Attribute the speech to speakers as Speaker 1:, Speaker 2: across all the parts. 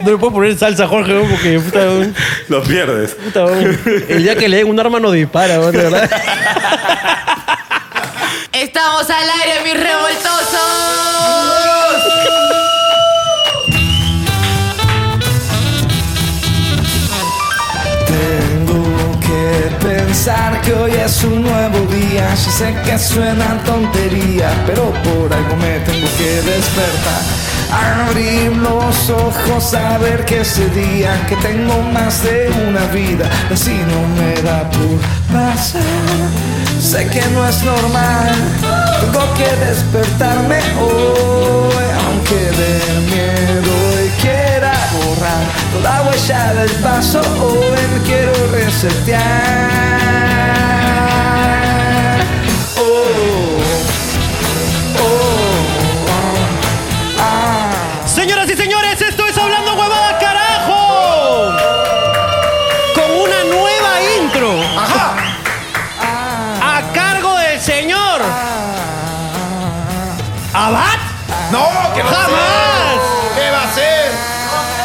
Speaker 1: No le puedo poner salsa, Jorge, weón, porque puta, weón,
Speaker 2: Lo pierdes.
Speaker 1: puta, weón. El día que le den un arma no dispara, weón, de verdad.
Speaker 3: Estamos al aire, mis revoltosos.
Speaker 4: Tengo que pensar que hoy es un nuevo día. Ya sé que suena tontería, pero por algo me tengo que despertar. Abrir los ojos a ver que ese día que tengo más de una vida, así no me da por pasar. Sé que no es normal, tengo que despertarme hoy, aunque del miedo y quiera borrar toda huella del paso, hoy me quiero resetear. Oh, oh, ah.
Speaker 1: Señoras y señores, esto es Hablando Huevada, carajo. Con una nueva intro. A cargo del señor. ¿Abad?
Speaker 5: No, que no
Speaker 1: ¡Jamás!
Speaker 5: ¿Qué va a hacer?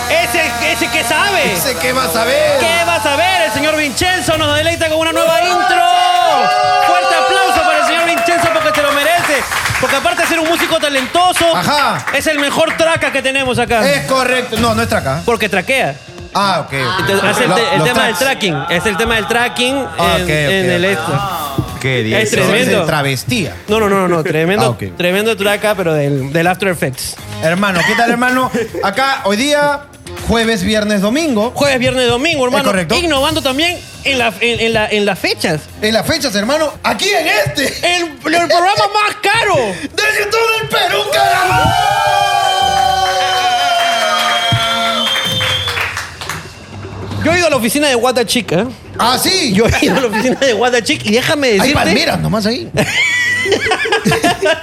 Speaker 1: Ese, ese que sabe.
Speaker 5: Dice que va a saber.
Speaker 1: ¿Qué vas a ver? El señor Vincenzo nos deleita con una nueva intro. Fuerte aplauso para el señor Vincenzo porque se lo merece. Porque aparte de ser un músico talentoso,
Speaker 5: Ajá.
Speaker 1: es el mejor traca que tenemos acá.
Speaker 5: Es correcto. No, no es traca.
Speaker 1: Porque traquea.
Speaker 5: Ah, ok. ok.
Speaker 1: Entonces, hace el,
Speaker 5: Lo-
Speaker 1: te- el
Speaker 5: los
Speaker 1: tema del
Speaker 5: tracks.
Speaker 1: tracking. Es el tema del tracking
Speaker 5: Ah,
Speaker 1: en,
Speaker 5: ok, ok,
Speaker 1: en el
Speaker 5: ok.
Speaker 1: esto.
Speaker 5: Qué
Speaker 1: Es
Speaker 5: diez.
Speaker 1: tremendo.
Speaker 5: Se travestía.
Speaker 1: No, no, no, no, no. Tremendo,
Speaker 5: Ah, ok.
Speaker 1: tremendo traca, pero del, del After Effects.
Speaker 5: Hermano, ¿qué tal, hermano? Acá, hoy día, jueves, viernes, domingo.
Speaker 1: Jueves, viernes, domingo, hermano.
Speaker 5: correcto.
Speaker 1: Innovando también en, la- en- en la- en las fechas.
Speaker 5: En las fechas, hermano, aquí en este.
Speaker 1: El, el programa más caro.
Speaker 5: ¡Desde todo el Perú, carajo!
Speaker 1: Yo he ido a la oficina de Wata Chica.
Speaker 5: Ah, sí.
Speaker 1: ¿eh? Yo he ido a la oficina de Guadachic y déjame
Speaker 5: Hay
Speaker 1: decirte.
Speaker 5: palmeras nomás ahí.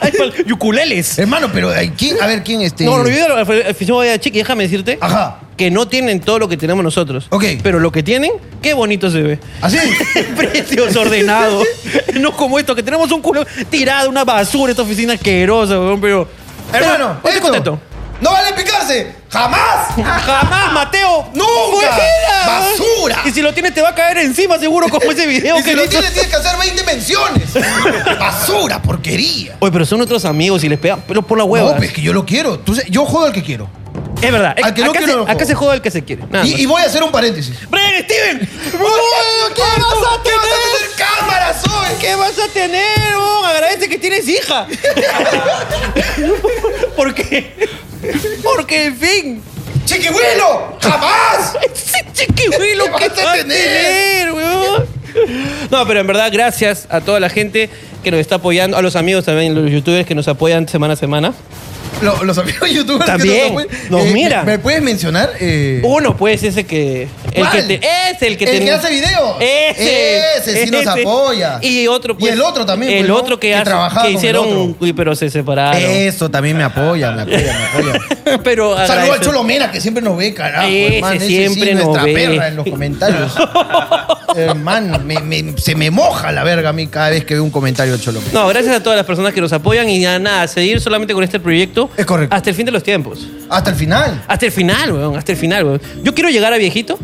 Speaker 1: Hay pal- y ukuleles.
Speaker 5: hermano, pero hay quién. A ver, ¿quién este?
Speaker 1: No, lo he ido a la oficina de Guadachic y déjame decirte.
Speaker 5: Ajá.
Speaker 1: Que no tienen todo lo que tenemos nosotros.
Speaker 5: Ok.
Speaker 1: Pero lo que tienen, qué bonito se ve.
Speaker 5: ¿Así?
Speaker 1: Precios ordenados. no como esto, que tenemos un culo tirado, una basura, esta oficina asquerosa, weón, pero.
Speaker 5: hermano,
Speaker 1: ponte
Speaker 5: esto
Speaker 1: contento.
Speaker 5: No vale picarse. ¡Jamás!
Speaker 1: Jamás, Mateo.
Speaker 5: ¡Nunca!
Speaker 1: ¡Fuera!
Speaker 5: ¡Basura!
Speaker 1: Y si lo tienes, te va a caer encima, seguro, como ese video
Speaker 5: Y
Speaker 1: que
Speaker 5: si lo
Speaker 1: nosotros-
Speaker 5: tienes, tienes que hacer 20 menciones. Basura, porquería.
Speaker 1: Oye, pero son nuestros amigos y les pega pero por la hueva.
Speaker 5: No, pues que yo lo quiero. Tú sé- yo jodo al que quiero.
Speaker 1: Es verdad.
Speaker 5: Al que no
Speaker 1: acá,
Speaker 5: quiere,
Speaker 1: se,
Speaker 5: no
Speaker 1: acá
Speaker 5: juego.
Speaker 1: se juega el que se quiere. Nada más.
Speaker 5: Y, y voy a hacer un paréntesis.
Speaker 1: ¡Brian Steven!
Speaker 5: ¿Qué vas a tener cámaras hoy?
Speaker 1: ¿Qué vas a tener, bon? Agradece que tienes hija. ¿Por qué? Porque, en fin.
Speaker 5: ¡Chiquihuilo! ¡Jamás!
Speaker 1: Ese chiquihuilo que
Speaker 5: ¿Qué vas a
Speaker 1: vas a tener,
Speaker 5: tener?
Speaker 1: weón. No, pero en verdad, gracias a toda la gente que nos está apoyando, a los amigos también, los youtubers que nos apoyan semana a semana.
Speaker 5: Lo- los amigos youtubers que
Speaker 1: También.
Speaker 5: nos
Speaker 1: Nos
Speaker 5: ¿me-
Speaker 1: miran.
Speaker 5: eh, ¿Me, puedes mencionar? Eh,
Speaker 1: Uno, pues, ese que. El que
Speaker 5: ¿Cuál?
Speaker 1: te, es el que
Speaker 5: El
Speaker 1: te.
Speaker 5: que hace videos.
Speaker 1: Ese.
Speaker 5: Ese sí nos apoya.
Speaker 1: Y otro,
Speaker 5: Y
Speaker 1: pues.
Speaker 5: el otro también,
Speaker 1: El
Speaker 5: pues, ¿no?
Speaker 1: otro que,
Speaker 5: Que
Speaker 1: hace-
Speaker 5: trabajaba
Speaker 1: que
Speaker 5: con el
Speaker 1: hicieron.
Speaker 5: otro.
Speaker 1: Uy, pero se separaron.
Speaker 5: Eso también me apoya, me apoya, me apoya.
Speaker 1: pero.
Speaker 5: Saludos al
Speaker 1: agradece-
Speaker 5: Cholo Mena, que siempre nos ve, carajo.
Speaker 1: Ese
Speaker 5: hermano. Ese
Speaker 1: siempre
Speaker 5: sí,
Speaker 1: nos
Speaker 5: nuestra
Speaker 1: ve.
Speaker 5: perra en los comentarios. hermano, me- me- se me moja la verga a mí cada vez que veo un comentario del Cholo Mena.
Speaker 1: No, gracias a todas las personas que nos apoyan y a nada, seguir solamente con este proyecto.
Speaker 5: Es correcto.
Speaker 1: Hasta el fin de los tiempos.
Speaker 5: Hasta el final.
Speaker 1: Hasta el final, weón. Hasta el final, weón. Yo quiero llegar a viejito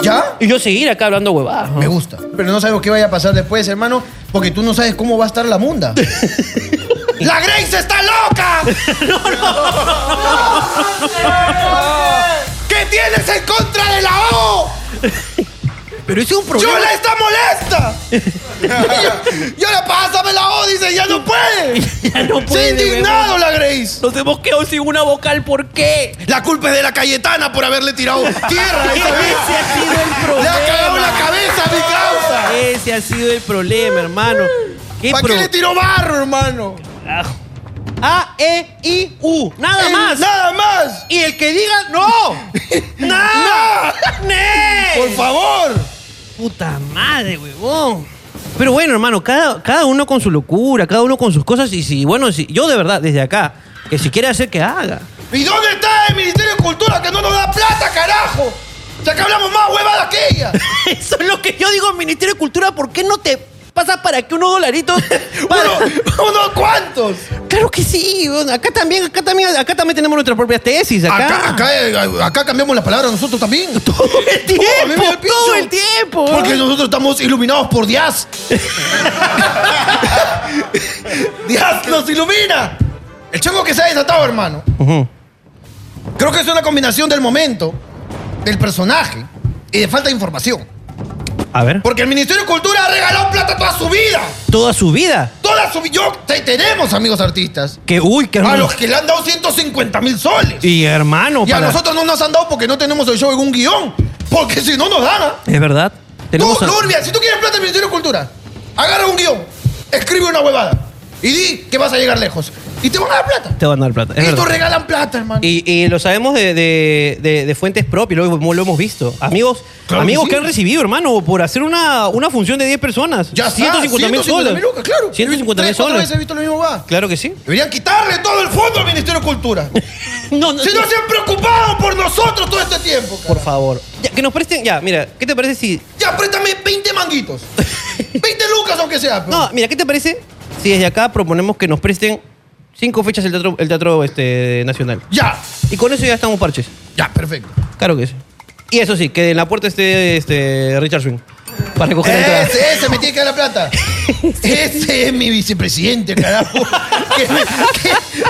Speaker 5: ¿Ya?
Speaker 1: y yo seguir acá hablando huevadas. ¿no?
Speaker 5: Me gusta. Pero no sabemos qué vaya a pasar después, hermano, porque tú no sabes cómo va a estar la munda. ¡La Grace está loca! ¿Qué tienes en contra de la O?
Speaker 1: Pero ese es un problema.
Speaker 5: ¡Yo la está molesta! ¡Y ahora pásame la O! Dice, ya no puede.
Speaker 1: Ya no
Speaker 5: ¡Se
Speaker 1: puede,
Speaker 5: ha indignado
Speaker 1: weón.
Speaker 5: la Grace!
Speaker 1: Nos hemos quedado sin una vocal, ¿por qué?
Speaker 5: La culpa es de la Cayetana por haberle tirado tierra a esta vez.
Speaker 1: Ese ha sido el
Speaker 5: Le
Speaker 1: problema.
Speaker 5: ha cagado la cabeza a mi causa.
Speaker 1: Ese ha sido el problema, hermano. ¿Qué
Speaker 5: ¿Para
Speaker 1: pro-
Speaker 5: qué le tiró barro, hermano?
Speaker 1: A, E, I, U. Nada
Speaker 5: Eh,
Speaker 1: más.
Speaker 5: ¡Nada más!
Speaker 1: Y el que diga no. ¡No! ¡Ne!
Speaker 5: ¡Por favor!
Speaker 1: Puta madre, huevón. Pero bueno, hermano, cada, cada uno con su locura, cada uno con sus cosas. Y si, bueno, si, yo de verdad, desde acá, que si quiere hacer, que haga.
Speaker 5: ¿Y dónde está el Ministerio de Cultura que no nos da plata, carajo? Ya que hablamos más huevadas que ella.
Speaker 1: Eso es lo que yo digo al Ministerio de Cultura, ¿por qué no te pasa para que unos dolaritos... para-
Speaker 5: ¿Uno, uno cuántos?
Speaker 1: Claro que sí, weón. acá también, acá también, acá también tenemos nuestras propias tesis, acá.
Speaker 5: Acá, acá, eh, acá cambiamos la palabra nosotros también.
Speaker 1: Todo el tiempo,
Speaker 5: Oh, me viene el pincho.
Speaker 1: todo el tiempo. weón.
Speaker 5: Porque nosotros estamos iluminados por Díaz. Díaz nos ilumina. El chango que se ha desatado, hermano. Creo que es una combinación del momento, del personaje y de falta de información.
Speaker 1: A ver.
Speaker 5: Porque el Ministerio de Cultura ha regalado plata toda su vida.
Speaker 1: Toda su vida.
Speaker 5: Toda su vida. Tenemos amigos artistas.
Speaker 1: Que uy, que
Speaker 5: A
Speaker 1: hermano.
Speaker 5: los que le han dado 150 mil soles.
Speaker 1: Y hermano,
Speaker 5: Y a
Speaker 1: para-
Speaker 5: nosotros no nos han dado porque no tenemos el show en un guión. Porque si no nos dan. ¿ah?
Speaker 1: Es verdad. Tenemos
Speaker 5: Tú,
Speaker 1: a-
Speaker 5: no, olvides, si tú quieres plata del Ministerio de Cultura, agarra un guión, escribe una huevada y di que vas a llegar lejos. Y te van a dar plata.
Speaker 1: Te van a dar plata. es
Speaker 5: y
Speaker 1: verdad.
Speaker 5: tú regalan plata, hermano.
Speaker 1: Y, y lo sabemos de, de- de- de fuentes propias, lo, hemos- lo hemos visto. Amigos,
Speaker 5: Claro que
Speaker 1: amigos
Speaker 5: sí.
Speaker 1: que han recibido, hermano, por hacer una, una función de 10 personas.
Speaker 5: ya está,
Speaker 1: 150 mil soles.
Speaker 5: lucas, claro.
Speaker 1: 150 mil
Speaker 5: Tres, cuatro
Speaker 1: soles.
Speaker 5: veces he visto lo mismo, va.
Speaker 1: Claro que sí.
Speaker 5: Deberían quitarle todo el fondo al Ministerio de Cultura.
Speaker 1: No, no,
Speaker 5: si no se han preocupado por nosotros todo este tiempo, cara.
Speaker 1: Por favor. Ya, que nos presten. Ya, mira, ¿qué te parece si.
Speaker 5: Ya, préstame 20 manguitos. 20 lucas, aunque sea. pues. pero-
Speaker 1: No, mira, ¿qué te parece si desde acá proponemos que nos presten cinco fechas el teatro, el teatro este, nacional?
Speaker 5: Ya,
Speaker 1: Y con eso ya estamos parches.
Speaker 5: ya, perfecto.
Speaker 1: Claro que sí. Y eso sí, que en la puerta esté este, Richard Swing. Para recoger entradas.
Speaker 5: Ese, ese me tiene que dar la plata. Ese es mi vicepresidente, carajo. Que, me-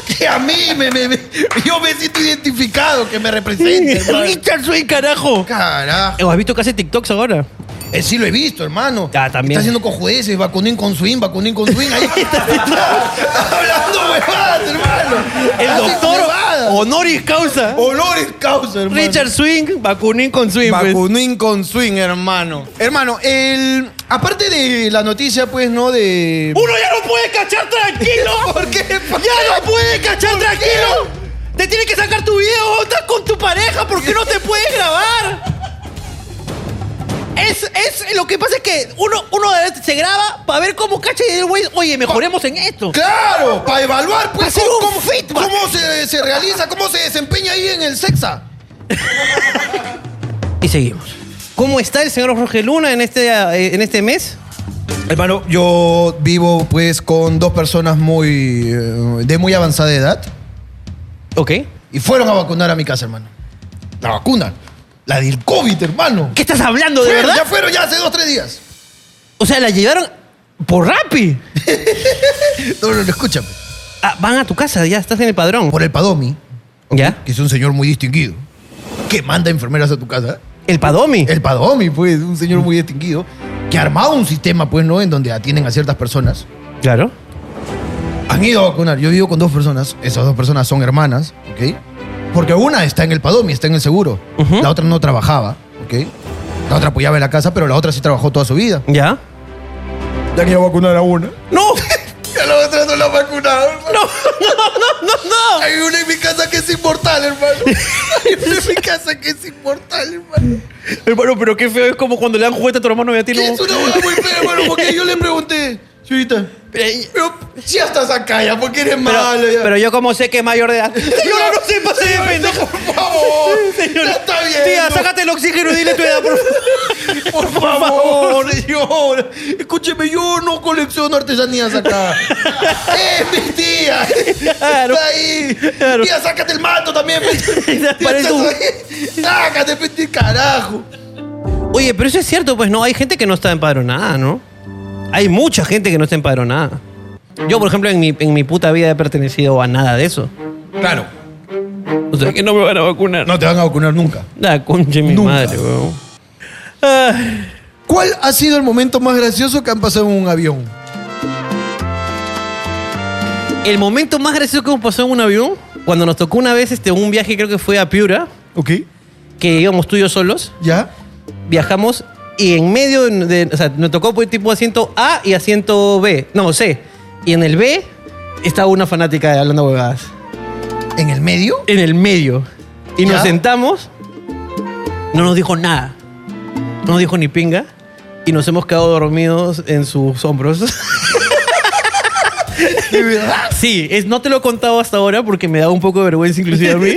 Speaker 5: que- que a mí me, me- me- yo me siento identificado, que me represente, hermano.
Speaker 1: Richard Swing, carajo.
Speaker 5: Carajo.
Speaker 1: ¿Has visto que hace TikToks ahora?
Speaker 5: Eh, sí lo he visto, hermano.
Speaker 1: Ah, también.
Speaker 5: Está haciendo cojudeces, vacunín con swing, vacunín con swing. Ahí está hablando huevadas, hermano.
Speaker 1: El
Speaker 5: Hace
Speaker 1: doctor
Speaker 5: huevadas. Oh,
Speaker 1: honoris causa.
Speaker 2: Olores causa, hermano.
Speaker 1: Richard Swing, vacunín con swing. pues.
Speaker 2: Vacunín con swing, hermano.
Speaker 5: Hermano, el, aparte de la noticia, pues, ¿no? De...
Speaker 2: Uno ya no puede cachar tranquilo.
Speaker 5: ¿Por qué?
Speaker 2: Ya no puede cachar tranquilo. Te tienes que sacar tu video, estás con tu pareja, ¿por qué no te puedes grabar? Es, es, lo que pasa es que uno, uno se graba para ver cómo cacha y el güey, oye, mejoremos en esto.
Speaker 5: Claro, para evaluar pues,
Speaker 2: Hacer
Speaker 5: cómo,
Speaker 2: un
Speaker 5: cómo-
Speaker 2: feedback.
Speaker 5: cómo se, se realiza, cómo se desempeña ahí en el sexa.
Speaker 1: Y seguimos. ¿Cómo está el señor Jorge Luna en este, eh, en este mes?
Speaker 5: Hermano, yo vivo pues con dos personas muy eh, de muy avanzada edad
Speaker 1: Ok.
Speaker 5: y fueron a vacunar a mi casa, hermano. La vacuna, la del COVID, hermano.
Speaker 1: ¿Qué estás hablando de
Speaker 5: Fueron,
Speaker 1: verdad?
Speaker 5: Ya fueron ya hace dos, tres días.
Speaker 1: O sea, la llevaron por Rappi.
Speaker 5: No, no, no, escúchame.
Speaker 1: Ah, van a tu casa, ya estás en el padrón.
Speaker 5: Por el Padomi,
Speaker 1: ¿Ya?
Speaker 5: que es un señor muy distinguido, que manda enfermeras a tu casa.
Speaker 1: El Padomi.
Speaker 5: El Padomi, pues, un señor muy distinguido, que ha armado un sistema, pues, ¿no? En donde atienden a ciertas personas.
Speaker 1: Claro.
Speaker 5: Han ido a vacunar. Yo vivo con dos personas. Esas dos personas son hermanas, ¿ok? Porque una está en el Padomi, está en el seguro.
Speaker 1: Ujú.
Speaker 5: La otra no trabajaba, ¿ok? La otra apoyaba en la casa, pero la otra sí trabajó toda su vida.
Speaker 1: ¿Ya?
Speaker 5: Ya que iba a vacunar a una.
Speaker 1: ¡No!
Speaker 5: Ya la otra no la ha vacunado, hermano.
Speaker 1: ¡No! ¡No, no, no, no!
Speaker 5: Hay una en mi casa que es inmortal, hermano. Hay una en mi casa que es inmortal, hermano.
Speaker 1: Hermano, Eh, pero qué feo es como cuando le dan juguete a tu hermano y a ti
Speaker 5: Que es una hueá muy fea, hermano, porque yo le pregunté, señorita, pero si ya estás acá ya, porque eres malo ya.
Speaker 1: Ah, Pero, pero yo como sé que es mayor de edad. No, no se pase de Eh, pendejo.
Speaker 5: Por favor,
Speaker 1: Señor.
Speaker 5: ya está bien.
Speaker 1: Tía,
Speaker 5: ¿no?
Speaker 1: sácate el oxígeno y dile tu edad, por favor.
Speaker 5: Por favor, señor. Escúcheme, yo no colecciono artesanías acá. ¡Es mi tía!
Speaker 1: Claro.
Speaker 5: Está ahí.
Speaker 1: Claro.
Speaker 5: Tía, sácate el manto también. pues. pe.
Speaker 1: Parece un-
Speaker 5: Sácate, pe, tía, carajo.
Speaker 1: Oye, pero eso es cierto, pues no, hay gente que no está empadronada, ¿no? Hay mucha gente que no está empadronada. Yo, por ejemplo, en mi, en mi puta vida he pertenecido a nada de eso.
Speaker 5: Claro.
Speaker 1: O sea, que no me van a vacunar.
Speaker 5: No te van a vacunar nunca.
Speaker 1: La concha de mi
Speaker 5: Nunca.
Speaker 1: madre, weón. Ah,
Speaker 5: ¿Cuál ha sido el momento más gracioso que han pasado en un avión?
Speaker 1: el momento más gracioso que hemos pasado en un avión, cuando nos tocó una vez este, un viaje, creo que fue a Piura,
Speaker 5: ¿Ok?
Speaker 1: que íbamos tú y yo solos,
Speaker 5: ¿Ya?
Speaker 1: viajamos y en medio, de, de- o sea, nos tocó pues, tipo asiento A y asiento B, no, C. Y en el B estaba una fanática hablando huevadas.
Speaker 5: ¿En el medio?
Speaker 1: en el medio. Y
Speaker 5: ¿Ya?
Speaker 1: nos sentamos, no nos dijo nada. No nos dijo ni pinga. Y nos hemos quedado dormidos en sus hombros.
Speaker 5: ¿De verdad?
Speaker 1: Sí, es, no te lo he contado hasta ahora porque me da un poco de vergüenza inclusive a mí.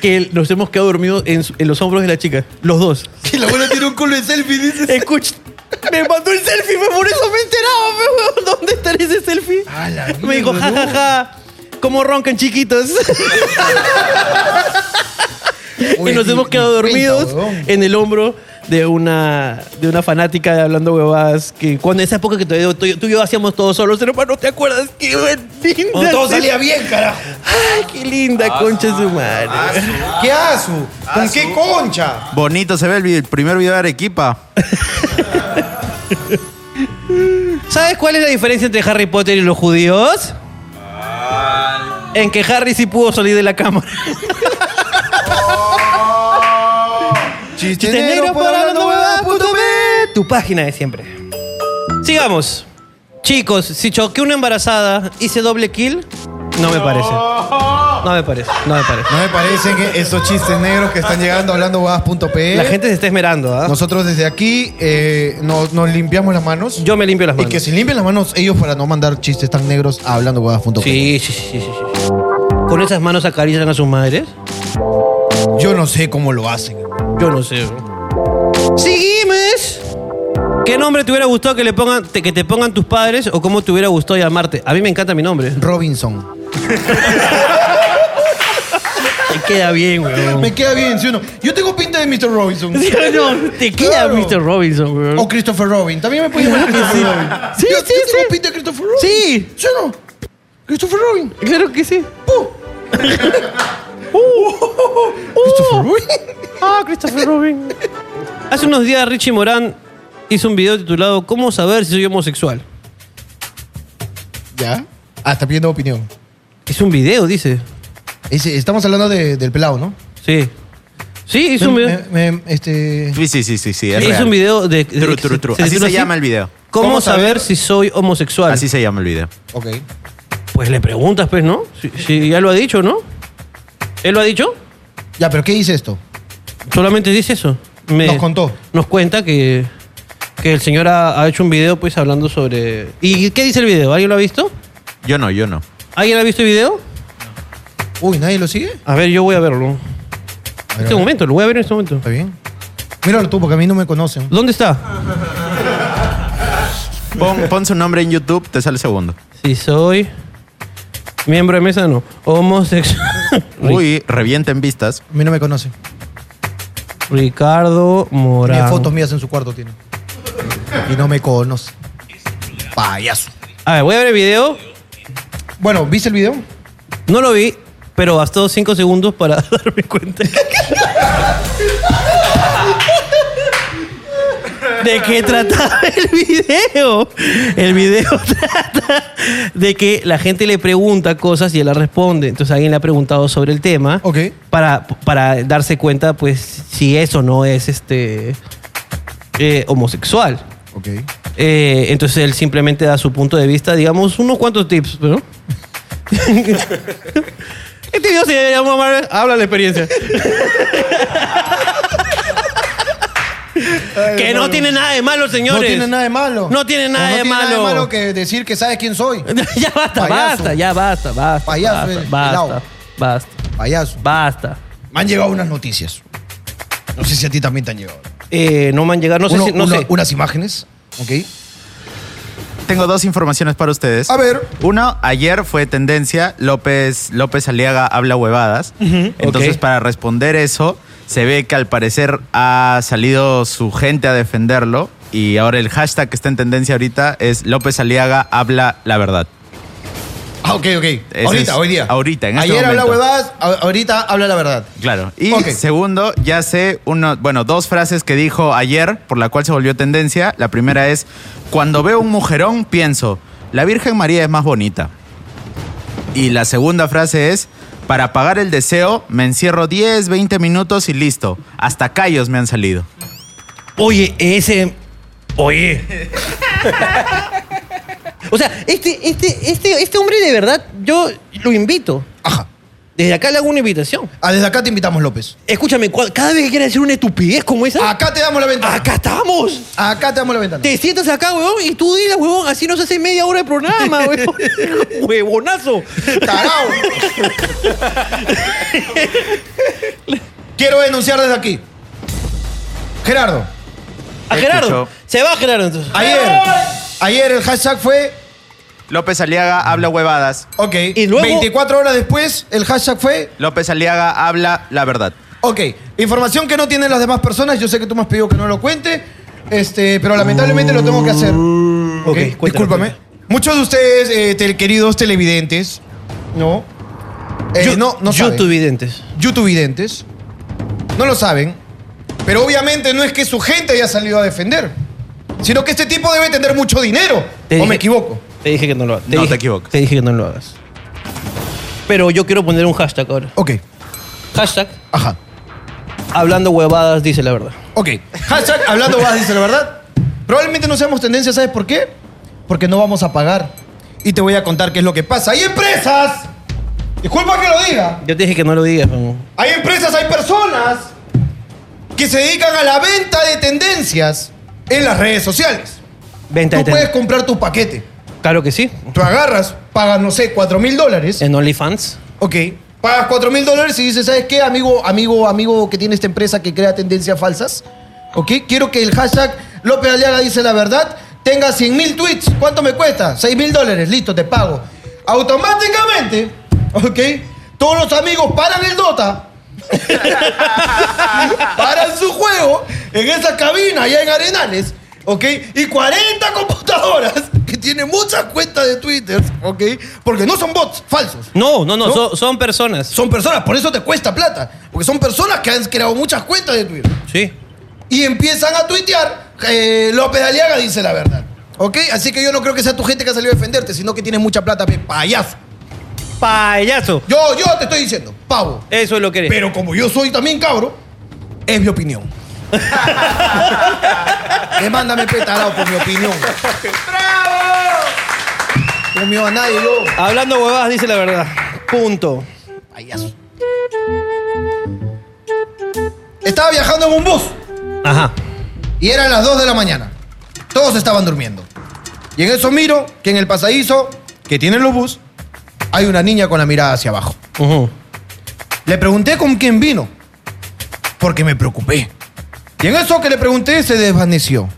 Speaker 1: Que nos hemos quedado dormidos en, su- en los hombros de la chica. Los dos.
Speaker 5: Que la abuela tiene un culo de selfie, dices.
Speaker 1: Escucha.
Speaker 2: Me mandó el selfie, me por eso me enteraba, pe, huevón. ¿Dónde está ese selfie?
Speaker 5: A la
Speaker 1: Me dijo,
Speaker 5: mierda,
Speaker 1: ja, ja,
Speaker 5: no.
Speaker 1: ja, cómo roncan chiquitos.
Speaker 5: Oye,
Speaker 1: y nos
Speaker 5: ni-
Speaker 1: hemos
Speaker 5: ni
Speaker 1: quedado
Speaker 5: cuenta,
Speaker 1: dormidos
Speaker 5: huevón.
Speaker 1: en el hombro de una, de una fanática de hablando huevadas. Que cuando esa época que todavía tú, tú y yo hacíamos todo solos, hermano, ¿te acuerdas? ¡Qué linda!
Speaker 5: No, Oh, todo salía bien, carajo.
Speaker 1: ¡Ay, qué linda
Speaker 5: Ah,
Speaker 1: concha de su madre!
Speaker 5: ¿Qué asu? ¿Con qué concha?
Speaker 6: Bonito se ve el, vi- el primer video de Arequipa.
Speaker 1: ¿Sabes cuál es la diferencia entre Harry Potter y los judíos? En que Harry sí pudo salir de la cámara.
Speaker 5: Chiste
Speaker 1: Chiste negro por hablando huevadas punto B, Tu página de siempre. Sigamos. Chicos, si choqué una embarazada, hice doble kill, no me parece. No me parece, no me parece.
Speaker 5: No me parecen que esos chistes negros que están llegando hablando huevadas.pe.
Speaker 1: La gente se está esmerando, ¿ah?
Speaker 5: Nosotros desde aquí eh, nos, nos limpiamos las manos.
Speaker 1: Yo me limpio las
Speaker 5: Y
Speaker 1: manos.
Speaker 5: que se limpian las manos ellos para no mandar chistes tan negros a hablando huevadas.pe.
Speaker 1: Sí, sí, sí, sí, sí, sí. ¿Con esas manos acarician a sus madres?
Speaker 5: Yo no sé cómo lo hacen.
Speaker 1: Yo no sé. ¡Seguimos! ¿Qué nombre te hubiera gustado que, le pongan, te- que te pongan tus padres o cómo te hubiera gustado llamarte? A mí me encanta mi nombre.
Speaker 5: Robinson.
Speaker 1: Te queda bien, weón.
Speaker 5: Me queda bien, si uno. Yo tengo pinta de Mr. Robinson.
Speaker 1: Eh, ¿Sí o no? Te queda
Speaker 5: Claro.
Speaker 1: Mr. Robinson, weón.
Speaker 5: O Christopher Robin. También me puede llamar Christopher Robin.
Speaker 1: Sí,
Speaker 5: yo,
Speaker 1: sí,
Speaker 5: yo tengo
Speaker 1: sí.
Speaker 5: pinta de Christopher Robin.
Speaker 1: Sí.
Speaker 5: ¿Sí o no? Christopher Robin.
Speaker 1: Claro que sí.
Speaker 5: ¡Pu! ¡Uh! ¡Oh! Christopher Robin.
Speaker 1: Ah, Christopher Robin. Hace unos días Richie Morán hizo un video titulado ¿Cómo saber si soy homosexual?
Speaker 5: Ya. Ah, está pidiendo opinión.
Speaker 1: Es un video, dice.
Speaker 5: Ese- estamos hablando de- del pelado, ¿no?
Speaker 1: Sí. Sí, hizo un
Speaker 5: Me-
Speaker 1: video.
Speaker 5: me- me- este...
Speaker 6: Sí, sí, sí, sí, sí. Es
Speaker 1: hizo
Speaker 6: real.
Speaker 1: un video de. de-
Speaker 6: Tru, tru, tru. Así
Speaker 1: titula
Speaker 6: se llama el video.
Speaker 1: ¿Cómo,
Speaker 5: ¿Cómo
Speaker 1: saber
Speaker 5: saber?
Speaker 1: si soy homosexual?
Speaker 6: Así se llama el video.
Speaker 5: Ok.
Speaker 1: Pues le preguntas, pues, ¿no? Si, si ya lo ha dicho, ¿no? ¿Él lo ha dicho?
Speaker 5: Ya, pero ¿qué dice esto?
Speaker 1: Solamente dice eso. Me-
Speaker 5: Nos contó.
Speaker 1: Nos cuenta que, que el señor ha, ha hecho un video, pues, hablando sobre. ¿Y qué dice el video? ¿Alguien lo ha visto?
Speaker 6: Yo no, yo no.
Speaker 1: ¿Alguien ha visto el video?
Speaker 5: Uy, ¿nadie lo sigue?
Speaker 1: A ver, yo voy a verlo. En este momento, lo voy a ver en este momento.
Speaker 5: Está bien. Míralo tú, porque a mí no me conocen.
Speaker 1: ¿Dónde está?
Speaker 6: Pon, pon su nombre en YouTube, te sale segundo.
Speaker 1: Si soy miembro de mesa, no. Homosexual. Ri-
Speaker 6: Uy, revienta en vistas.
Speaker 5: A mí no me conocen.
Speaker 1: Ricardo Morán.
Speaker 5: Tiene fotos mías en su cuarto, tiene. Y no me conoce. Payaso.
Speaker 1: A ver, voy a ver el video.
Speaker 5: Bueno, ¿viste el video?
Speaker 1: No lo vi, pero bastó cinco segundos para darme cuenta. ¿De qué trataba el video? El video trata de que la gente le pregunta cosas y él la responde. Entonces alguien le ha preguntado sobre el tema
Speaker 5: Ok.
Speaker 1: para, para darse cuenta pues si eso no es este eh, homosexual.
Speaker 5: Ok.
Speaker 1: Eh, entonces él simplemente da su punto de vista, digamos, unos cuantos tips, ¿no? este video se llama Mar- Habla la experiencia. que no tiene nada de malo, señores.
Speaker 5: No tiene nada de malo.
Speaker 1: No tiene nada de
Speaker 5: No tiene
Speaker 1: malo. Eh,
Speaker 5: nada de malo que decir que sabes quién soy.
Speaker 1: ya basta,
Speaker 5: Payaso.
Speaker 1: basta, ya basta, basta.
Speaker 5: Payaso
Speaker 1: basta,
Speaker 5: eres,
Speaker 1: basta,
Speaker 5: pelao.
Speaker 1: basta,
Speaker 5: Payaso.
Speaker 1: basta.
Speaker 5: Me han llegado unas noticias. No sé si a ti también te han llegado.
Speaker 1: Eh, no me han llegado, no
Speaker 5: Uno-
Speaker 1: sé, si, no
Speaker 5: uno-
Speaker 1: sé.
Speaker 5: Unas imágenes. Ok.
Speaker 6: Tengo dos informaciones para ustedes.
Speaker 5: A ver.
Speaker 6: Uno, ayer fue tendencia, López, López Aliaga habla huevadas. Entonces,
Speaker 1: ok.
Speaker 6: para responder eso, se ve que al parecer ha salido su gente a defenderlo. Y ahora el hashtag que está en tendencia ahorita es López Aliaga habla la verdad.
Speaker 5: Ah, ok, ok.
Speaker 6: Ese
Speaker 5: ahorita,
Speaker 6: es-
Speaker 5: hoy día.
Speaker 6: ahorita, en este
Speaker 5: Ayer habla
Speaker 6: momento.
Speaker 5: huevadas, a- ahorita habla la verdad.
Speaker 6: Claro. Y
Speaker 5: Ok.
Speaker 6: segundo, ya sé uno, bueno, dos frases que dijo ayer, por la cual se volvió tendencia. La primera es, cuando veo un mujerón, pienso, la Virgen María es más bonita. Y la segunda frase es, para pagar el deseo, me encierro 10, 20 minutos y listo. Hasta callos me han salido.
Speaker 1: Oye, ese. Oye. o sea, este, este, este, este hombre de verdad, yo lo invito.
Speaker 5: Ajá.
Speaker 1: Desde acá le hago una invitación.
Speaker 5: Ah, desde acá te invitamos, López.
Speaker 1: Escúchame, cua- cada vez que quieras decir una estupidez como esa,
Speaker 5: Acá te damos la ventana.
Speaker 1: acá estamos.
Speaker 5: Acá te damos la ventana.
Speaker 1: Te sientas acá, huevón, y tú digas, huevón, así nos hace media hora de programa, huevón. Huevonazo.
Speaker 5: Tarao. Quiero denunciar desde aquí. Gerardo,
Speaker 1: A Gerardo,
Speaker 6: Escucho.
Speaker 1: Se va Gerardo entonces.
Speaker 5: Ayer, ayer el hashtag fue,
Speaker 6: López Aliaga habla huevadas.
Speaker 5: ok,
Speaker 1: Y luego-
Speaker 5: 24 horas después el hashtag fue,
Speaker 6: López Aliaga habla la verdad.
Speaker 5: ok, información que no tienen las demás personas, yo sé que tú me has pedido que no lo cuente, este, pero lamentablemente lo tengo que hacer. Ok,
Speaker 1: cuéntalo,
Speaker 5: discúlpame.
Speaker 1: cuéntalo.
Speaker 5: Muchos de ustedes, eh, tel- queridos televidentes, no, eh,
Speaker 1: Yo-
Speaker 5: no, no saben.
Speaker 1: YouTube videntes.
Speaker 5: youtubidentes no lo saben, pero obviamente no es que su gente haya salido a defender, sino que este tipo debe tener mucho dinero.
Speaker 1: Te
Speaker 5: ¿O
Speaker 1: dije-
Speaker 5: me equivoco?
Speaker 1: Te dije que no lo hagas.
Speaker 6: No,
Speaker 1: dije-
Speaker 6: te equivocas.
Speaker 1: Te dije que no lo hagas. Pero yo quiero poner un hashtag ahora.
Speaker 5: Ok,
Speaker 1: Hashtag
Speaker 5: ajá.
Speaker 1: hablando huevadas dice la verdad.
Speaker 5: Ok, hashtag hablando vas, dice la verdad. Probablemente no seamos tendencia, ¿sabes por qué? Porque no vamos a pagar. Y te voy a contar qué es lo que pasa. Hay empresas, disculpa que lo diga,
Speaker 1: Yo te dije que no lo digas, pero-
Speaker 5: hay empresas, hay personas que se dedican a la venta de tendencias en las redes sociales.
Speaker 1: Venta de
Speaker 5: Tú puedes
Speaker 1: tenis.
Speaker 5: comprar tu paquete.
Speaker 1: Claro que sí.
Speaker 5: Tú agarras, pagas, no sé, 4 mil dólares.
Speaker 1: En OnlyFans.
Speaker 5: Ok. Pagas 4 mil dólares y dices, ¿sabes qué, amigo, amigo, amigo que tiene esta empresa que crea tendencias falsas? Ok. Quiero que el hashtag López Aliaga dice la verdad tenga 100 mil tweets. ¿Cuánto me cuesta? 6 mil dólares. Listo, te pago. Automáticamente, ok, todos los amigos paran el Dota. paran su juego en esa cabina allá en Arenales, ¿ok? Y 40 computadoras que tienen muchas cuentas de Twitter, ¿ok? Porque no son bots falsos.
Speaker 1: No, no, no,
Speaker 5: ¿No?
Speaker 1: so- son personas.
Speaker 5: Son personas, por eso te cuesta plata. Porque son personas que han creado muchas cuentas de Twitter.
Speaker 1: sí.
Speaker 5: Y empiezan a tuitear, eh, López de Aliaga dice la verdad. ¿Ok? Así que yo no creo que sea tu gente que ha salido a defenderte, sino que tienes mucha plata, pe, payaso.
Speaker 1: Payaso.
Speaker 5: Yo, yo te estoy diciendo, pavo.
Speaker 1: Eso es lo que eres.
Speaker 5: Pero como yo soy también cabro, es mi opinión. Demándame petalado por mi opinión. ¡Bravo! No mío a nadie, yo.
Speaker 1: Hablando huevadas dice la verdad. Punto.
Speaker 5: Payaso. Estaba viajando en un bus
Speaker 1: Ajá.
Speaker 5: y eran las 2 de la mañana. Todos estaban durmiendo. Y en eso miro que en el pasadizo que tienen los bus hay una niña con la mirada hacia abajo.
Speaker 1: Ujú.
Speaker 5: Le pregunté con quién vino, porque me preocupé. Y en eso que le pregunté se desvaneció,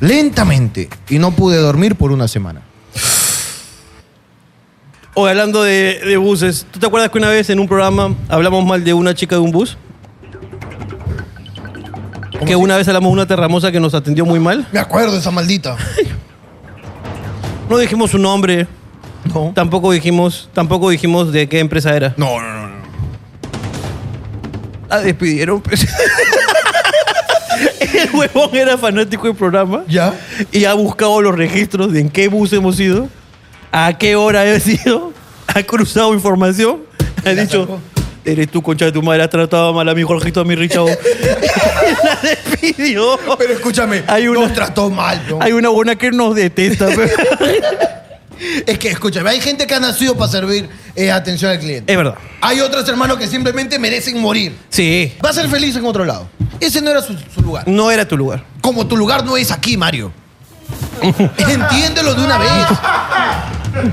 Speaker 5: lentamente, y no pude dormir por una semana.
Speaker 1: Oye, hablando de, de buses, ¿tú te acuerdas que una vez en un programa hablamos mal de una chica de un bus? Que una vez hablamos de una terramosa que nos atendió muy mal.
Speaker 5: Me acuerdo de esa maldita.
Speaker 1: No dijimos su nombre,
Speaker 5: No.
Speaker 1: tampoco dijimos, tampoco dijimos de qué empresa era.
Speaker 5: No, no, no.
Speaker 1: La despidieron. pues. El huevón era fanático del programa
Speaker 5: ¿Ya?
Speaker 1: y ha buscado los registros de en qué bus hemos ido, a qué hora he sido, ha cruzado información, ha dicho,
Speaker 5: sacó.
Speaker 1: eres tú, concha de tu madre, has tratado mal a mi Jorgito, a mi Richao. la despidió.
Speaker 5: Pero escúchame,
Speaker 1: Hay una-
Speaker 5: nos trató mal. ¿no?
Speaker 1: Hay una buena que nos detesta. pero-
Speaker 5: Es que, escúchame, hay gente que ha nacido para servir eh, atención al cliente.
Speaker 1: es verdad.
Speaker 5: Hay otros hermanos que simplemente merecen morir.
Speaker 1: Sí.
Speaker 5: Va a ser feliz en otro lado. Ese no era su- su lugar.
Speaker 1: No era tu lugar.
Speaker 5: Como tu lugar no es aquí, Mario. Entiéndelo de una vez.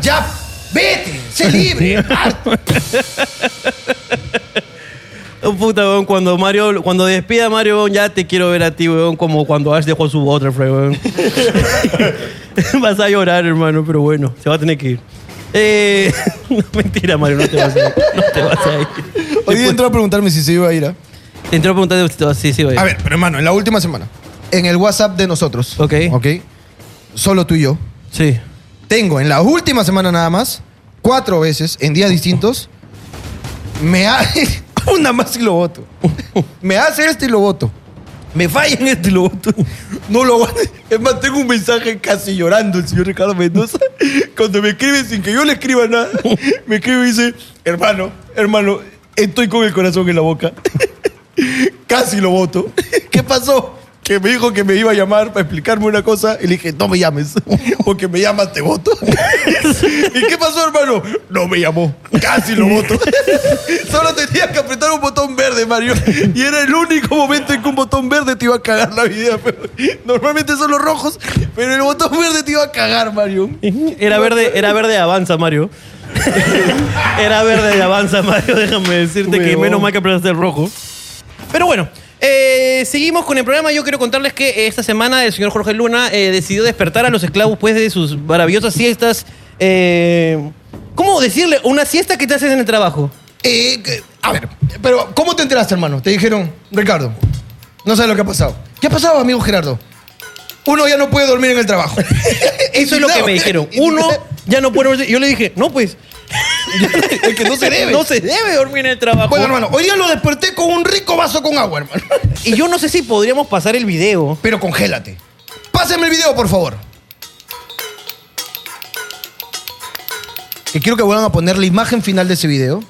Speaker 5: Ya, vete, sé libre.
Speaker 1: Oh, Puta, weón, cuando Mario, cuando despida a Mario, weón, ya te quiero ver a ti, weón, como cuando Ash dejó su Butterfly, weón. vas a llorar, hermano, pero bueno, se va a tener que ir. Eh, no, mentira, Mario, no te vas a ir. No te vas a ir. Después-
Speaker 5: a preguntarme si se iba a ir. ¿eh?
Speaker 1: te entró preguntando si te vas- sí, sí, güey.
Speaker 5: A ver, pero hermano, en la última semana, en el WhatsApp de nosotros,
Speaker 1: Ok.
Speaker 5: ok, solo tú y yo,
Speaker 1: Sí.
Speaker 5: tengo en la última semana nada más, cuatro veces, en días distintos, me ha... Una más y lo voto. Me hace esto y lo voto.
Speaker 1: Me falla en este lobo.
Speaker 2: No lo aguanto. Es más, tengo un mensaje casi llorando el señor Ricardo Mendoza. Cuando me escribe sin que yo le escriba nada, me escribe y dice, hermano, hermano, estoy con el corazón en la boca. Casi lo voto. ¿Qué pasó? Que me dijo que me iba a llamar para explicarme una cosa y le dije, no me llames, porque me llamas te voto. ¿Y qué pasó, hermano? No me llamó. Casi lo voto. Solo tenías que apretar un botón verde, Mario. Y era el único momento en que un botón verde te iba a cagar la vida. pero Normalmente son los rojos, pero el botón verde te iba a cagar, Mario.
Speaker 1: Era verde, era verde avanza, Mario. era verde de avanza, Mario, déjame decirte que
Speaker 2: Huevón.
Speaker 1: menos mal que apretaste el rojo. Pero bueno, eh, eh, seguimos con el programa. Yo quiero contarles que esta semana el señor Jorge Luna eh, decidió despertar a los esclavos pues, de sus maravillosas siestas. Eh, ¿Cómo decirle? Una siesta que te haces en el trabajo.
Speaker 5: Eh, que- a ver, pero ¿cómo te enteraste, hermano? Te dijeron, Ricardo, no sabes lo que ha pasado. ¿Qué ha pasado, amigo Gerardo? Uno ya no puede dormir en el trabajo. Eh,
Speaker 1: Eso es lo que me dijeron. Uno ya no puede dormir. Yo le dije, no, pues.
Speaker 5: Es que no se debe.
Speaker 1: No se debe dormir en el trabajo.
Speaker 5: Bueno, hermano, hoy día lo desperté con un rico vaso con agua, hermano.
Speaker 1: Y yo no sé si podríamos pasar el video.
Speaker 5: Pero congélate. Pásenme el video, por favor. Que quiero que vuelvan a poner la imagen final de ese video.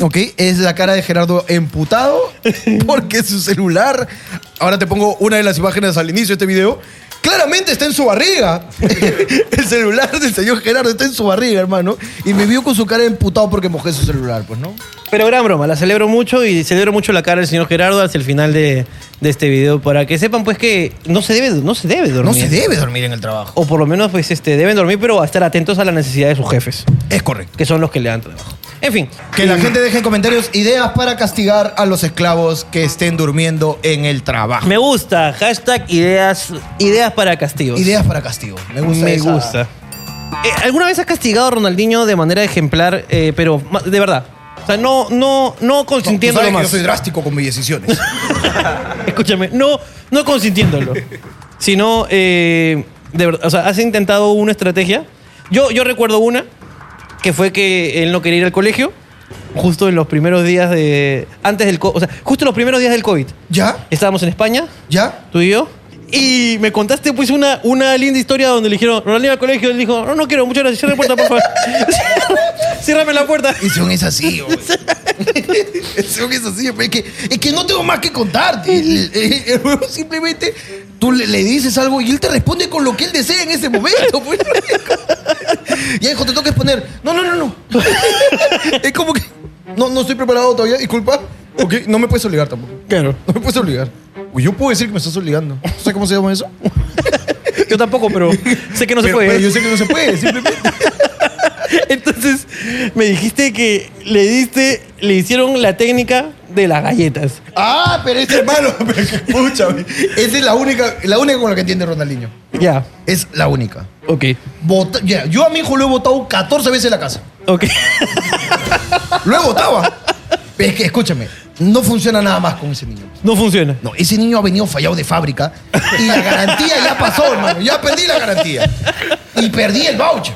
Speaker 5: Ok, es la cara de Gerardo emputado porque su celular.
Speaker 2: Ahora te pongo una de las imágenes al inicio de este video.
Speaker 5: Claramente está en su barriga. El celular del señor Gerardo está en su barriga, hermano. Y me vio con su cara de emputado porque mojé su celular, pues, ¿no?
Speaker 1: Pero gran broma, la celebro mucho y celebro mucho la cara del señor Gerardo hacia el final de, de este video. Para que sepan, pues, que no se debe, no se debe dormir.
Speaker 5: No se debe dormir en el trabajo.
Speaker 1: O por lo menos, pues, este, deben dormir, pero estar atentos a la necesidad de sus jefes,
Speaker 5: Es correcto.
Speaker 1: que son los que le dan trabajo. En fin.
Speaker 5: Que la gente deje en comentarios ideas para castigar a los esclavos que estén durmiendo en el trabajo.
Speaker 1: Me gusta. Hashtag ideas, ideas para castigos.
Speaker 5: Ideas para castigo. Me gusta.
Speaker 1: Me
Speaker 5: esa-
Speaker 1: gusta. Eh, ¿Alguna vez has castigado a Ronaldinho de manera ejemplar, eh, pero ma- de verdad? O sea, no, no, no
Speaker 5: Tú sabes
Speaker 1: consintiéndolo
Speaker 5: que
Speaker 1: más.
Speaker 5: yo soy drástico con mis decisiones.
Speaker 1: Escúchame, no, no consintiéndolo. sino, eh, de verdad, o sea, has intentado una estrategia. Yo, yo recuerdo una, que fue que él no quería ir al colegio, justo en los primeros días de. Antes del. co- O sea, justo en los primeros días del COVID.
Speaker 5: ¿Ya?
Speaker 1: Estábamos en España,
Speaker 5: ¿Ya?
Speaker 1: tú y yo. Y me contaste pues una, una linda historia donde le dijeron, Ronaldinho al colegio, él dijo, no, no quiero, muchas gracias, cierra la puerta, por favor. Ciérrame la puerta.
Speaker 5: Y son es así, güey. Son es así, pero es que, es que no tengo más que contarte. El- el- el huevón Simplemente tú le, le dices algo y él te responde con lo que él desea en ese momento. pues. Ya, hijo, te toca exponer. No, no, no, no. Es como que. No, no estoy preparado todavía, disculpa. Ok, no me puedes obligar tampoco.
Speaker 1: Claro.
Speaker 5: No me puedes obligar. Uy, Yo puedo decir que me estás obligando. ¿Sabes cómo se llama eso?
Speaker 1: Yo tampoco, pero sé que no se
Speaker 5: Pero-
Speaker 1: puede.
Speaker 5: pero yo sé que no se puede, simplemente.
Speaker 1: Entonces me dijiste que le diste, le hicieron la técnica de las galletas.
Speaker 5: Ah, pero este hermano, pucha, güey. esa es la única, la única con la que entiende Ronaldinho.
Speaker 1: Ya,
Speaker 5: Es la única.
Speaker 1: ok.
Speaker 5: Vota- ya, yo a mi hijo lo he votado 14 veces en la casa.
Speaker 1: Ok.
Speaker 5: Lo he votado. ¿ah? Pero es que, escúchame, no funciona nada más con ese niño.
Speaker 1: No funciona.
Speaker 5: No, ese niño ha venido fallado de fábrica y la garantía ya pasó, hermano. Ya perdí la garantía. Y perdí el voucher.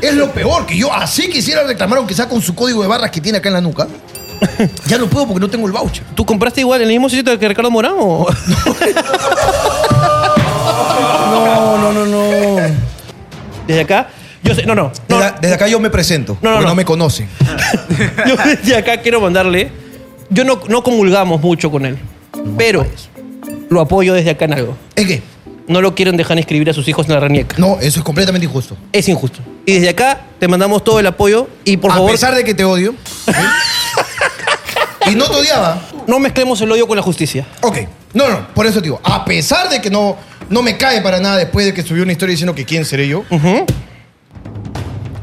Speaker 5: Es lo peor, que yo así quisiera reclamar, aunque sea con su código de barras que tiene acá en la nuca. Ya no puedo porque no tengo el voucher.
Speaker 1: ¿Tú compraste igual en el mismo sitio que Ricardo Morán o...?
Speaker 5: No, no, no, no.
Speaker 1: Desde acá, yo sé, no, no. no.
Speaker 5: Desde, desde acá yo me presento,
Speaker 1: No, no,
Speaker 5: porque
Speaker 1: no.
Speaker 5: no me conocen.
Speaker 1: Yo desde acá quiero mandarle. Yo no, no comulgamos mucho con él, pero lo apoyo desde acá en algo.
Speaker 5: ¿Es qué?
Speaker 1: No lo quieren dejar inscribir a sus hijos en la RENIEC.
Speaker 5: No, eso es completamente injusto.
Speaker 1: Es injusto. Y desde acá te mandamos todo el apoyo y por
Speaker 5: Ah, a
Speaker 1: favor
Speaker 5: pesar de que te odio. ¿sí? y no te odiaba.
Speaker 1: no mezclemos el odio con la justicia.
Speaker 5: Ok. No, no, por eso te digo. A pesar de que no, no me cae para nada después de que subió una historia diciendo que quién seré yo.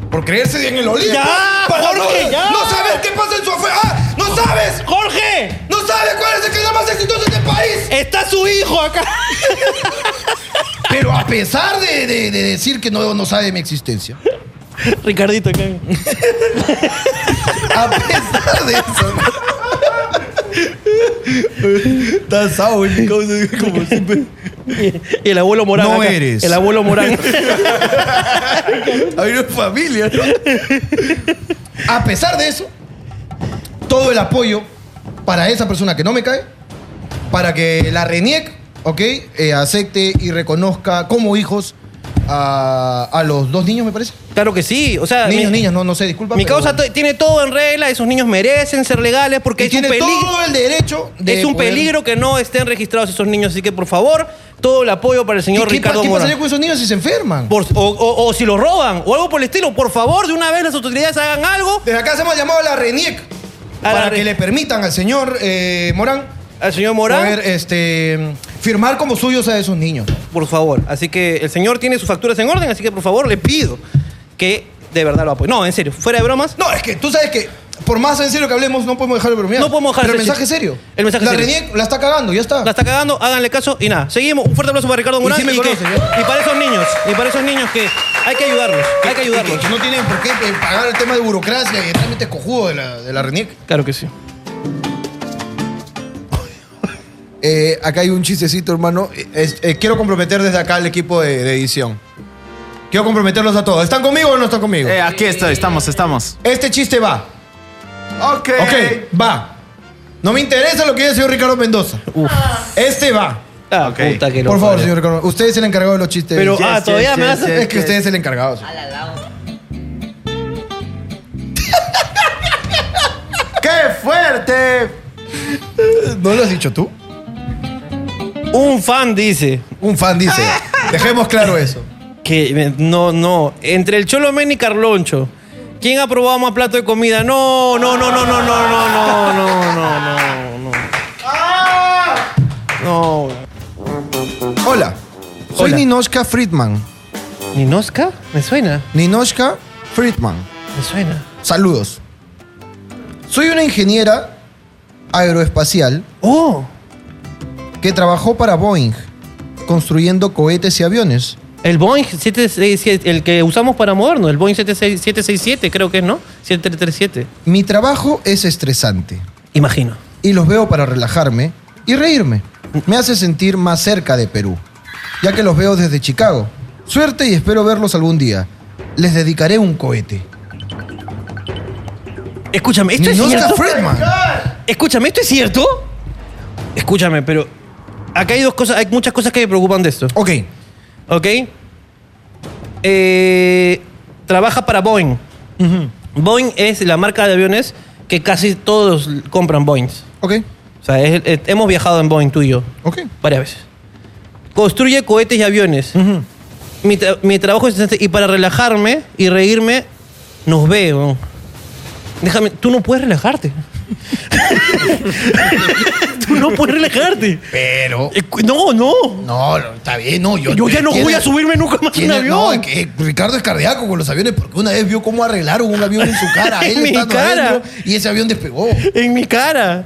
Speaker 5: Por creerse en el olímpico.
Speaker 1: Ya, Jorge,
Speaker 5: no,
Speaker 1: ya.
Speaker 5: no sabes qué pasa en su afuera. ¡Ah! ¡No sabes!
Speaker 1: ¡Jorge!
Speaker 5: ¡No sabes cuál es el canal más exitoso de este país!
Speaker 1: ¡Está su hijo acá!
Speaker 5: Pero a pesar de, de- de decir que no, no sabe de mi existencia.
Speaker 1: Ricardito acá.
Speaker 5: A pesar de eso.
Speaker 2: Está asado, güey, como se- como siempre.
Speaker 1: Y el abuelo Morán.
Speaker 2: No
Speaker 1: acá.
Speaker 2: eres.
Speaker 1: El abuelo Morán.
Speaker 2: Hay una familia, ¿no?
Speaker 5: A pesar de eso, todo el apoyo para esa persona que no me cae, para que la RENIEC, ¿ok? eh, acepte y reconozca como hijos a, a los dos niños, me parece.
Speaker 1: claro que sí. O sea,
Speaker 5: Niños,
Speaker 1: Ah, mi,
Speaker 5: niñas, no, no sé, disculpa.
Speaker 1: mi
Speaker 5: pero-
Speaker 1: causa to- tiene todo en regla. Esos niños merecen ser legales porque
Speaker 5: y
Speaker 1: es un
Speaker 5: tiene
Speaker 1: peligro.
Speaker 5: todo el derecho de
Speaker 1: es un
Speaker 5: poder-
Speaker 1: peligro que no estén registrados esos niños. Así que, por favor, todo el apoyo para el
Speaker 5: ¿Qué,
Speaker 1: señor
Speaker 5: qué pa-
Speaker 1: Ricardo
Speaker 5: qué
Speaker 1: Morán.
Speaker 5: pasaría con esos niños si se enferman?
Speaker 1: Por- o, o- o si los roban o algo por el estilo. Por favor, de una vez las autoridades hagan algo
Speaker 5: Desde acá hacemos llamado a la RENIEC
Speaker 1: A la
Speaker 5: para
Speaker 1: Re-
Speaker 5: que le permitan al señor eh, Morán
Speaker 1: al señor Morán.
Speaker 5: poder este, firmar como suyos a esos niños.
Speaker 1: Por favor. Así que el señor tiene sus facturas en orden. Así que, por favor, le pido que de verdad lo apoye. No, en serio, fuera de bromas.
Speaker 5: No, es que tú sabes que por más en serio que hablemos, no podemos dejar de bromear.
Speaker 1: No podemos dejar
Speaker 5: Pero
Speaker 1: de
Speaker 5: el
Speaker 1: ser
Speaker 5: mensaje es
Speaker 1: chistes.
Speaker 5: serio.
Speaker 1: El mensaje
Speaker 5: la
Speaker 1: es serio.
Speaker 5: renie- la está cagando, ya está.
Speaker 1: La está cagando, háganle caso y nada. Seguimos. Un fuerte aplauso para Ricardo Morán.
Speaker 5: sí me
Speaker 1: que-
Speaker 5: conoces, ¿eh?
Speaker 1: y para esos niños, y para esos niños que hay que ayudarlos, hay que ayudarlos.
Speaker 5: Que no tienen por qué eh, pagar el tema de burocracia y el trámite cojudo de la, de la RENIEC.
Speaker 1: Claro que sí.
Speaker 5: Eh, acá hay un chistecito, hermano. Eh, es- eh, quiero comprometer desde acá al equipo de, de edición. Quiero comprometerlos a todos. ¿Están conmigo o no están conmigo?
Speaker 6: Eh, aquí estoy, estamos, estamos.
Speaker 5: Este chiste va.
Speaker 6: Ok.
Speaker 5: Ok, va. No me interesa lo que diga el señor Ricardo Mendoza.
Speaker 1: Uf.
Speaker 5: Este va.
Speaker 1: Ah,
Speaker 6: Ok.
Speaker 1: puta que lo
Speaker 5: Por favor,
Speaker 1: parió.
Speaker 5: señor Ricardo. Usted es el encargado de los chistes.
Speaker 1: Pero,
Speaker 6: Yes,
Speaker 1: ah,
Speaker 6: yes,
Speaker 1: todavía me
Speaker 6: yes,
Speaker 1: vas a-
Speaker 6: yes.
Speaker 5: es que usted es el encargado. señor.
Speaker 3: la
Speaker 6: ¡Qué fuerte!
Speaker 5: ¿No lo has dicho tú?
Speaker 1: Un fan dice
Speaker 5: Un fan dice. Dejemos claro eso.
Speaker 1: que eh, no, no. Entre el Cholo Men y Carloncho, ¿quién ha probado más plato de comida? No, no, no, no, no, no, no, no, no, no, no, no. No.
Speaker 5: Hola. Soy
Speaker 1: Hola.
Speaker 5: Ninoshka Friedman.
Speaker 1: ¿Ninoska? Me suena,
Speaker 5: Ninoshka Friedman.
Speaker 1: me suena.
Speaker 5: Saludos. Soy una ingeniera aeroespacial
Speaker 1: Oh,
Speaker 5: que trabajó para Boeing construyendo cohetes y aviones.
Speaker 1: el Boeing 767, el que usamos para movernos, el Boeing 76 767 creo que es, ¿no? 737.
Speaker 5: Mi trabajo es estresante
Speaker 1: Imagino.
Speaker 5: y los veo para relajarme y reírme. Me hace sentir más cerca de Perú, ya que los veo desde Chicago. Suerte y espero verlos algún día. Les dedicaré un cohete.
Speaker 1: Escúchame, ¿esto es
Speaker 5: Ninoshka
Speaker 1: cierto?
Speaker 5: Friedman.
Speaker 1: Escúchame, ¿esto es cierto? Escúchame, pero acá hay dos cosas, hay muchas cosas que me preocupan de esto.
Speaker 5: Ok.
Speaker 1: ¿Ok? Eh, trabaja para Boeing. Boeing es la marca de aviones que casi todos compran Boeings.
Speaker 5: Ok.
Speaker 1: O sea, es- es- hemos viajado en Boeing tú y yo
Speaker 5: Ok.
Speaker 1: varias veces. Construye cohetes y aviones. mi, tra- mi trabajo es estresante y para relajarme y reírme, nos veo. Déjame, tú no puedes relajarte. tú no puedes relajarte.
Speaker 5: Pero.
Speaker 1: Eh, cu- No, no.
Speaker 5: No, no, está bien, no. Yo,
Speaker 1: Yo ya no voy a subirme nunca más a un
Speaker 5: Tiene-
Speaker 1: avión.
Speaker 5: No, es que Ricardo es cardíaco con los aviones porque una vez vio cómo arreglaron un avión en su cara,
Speaker 1: En
Speaker 5: él
Speaker 1: mi
Speaker 5: estando
Speaker 1: cara.
Speaker 5: adentro, y ese avión despegó.
Speaker 1: en mi cara.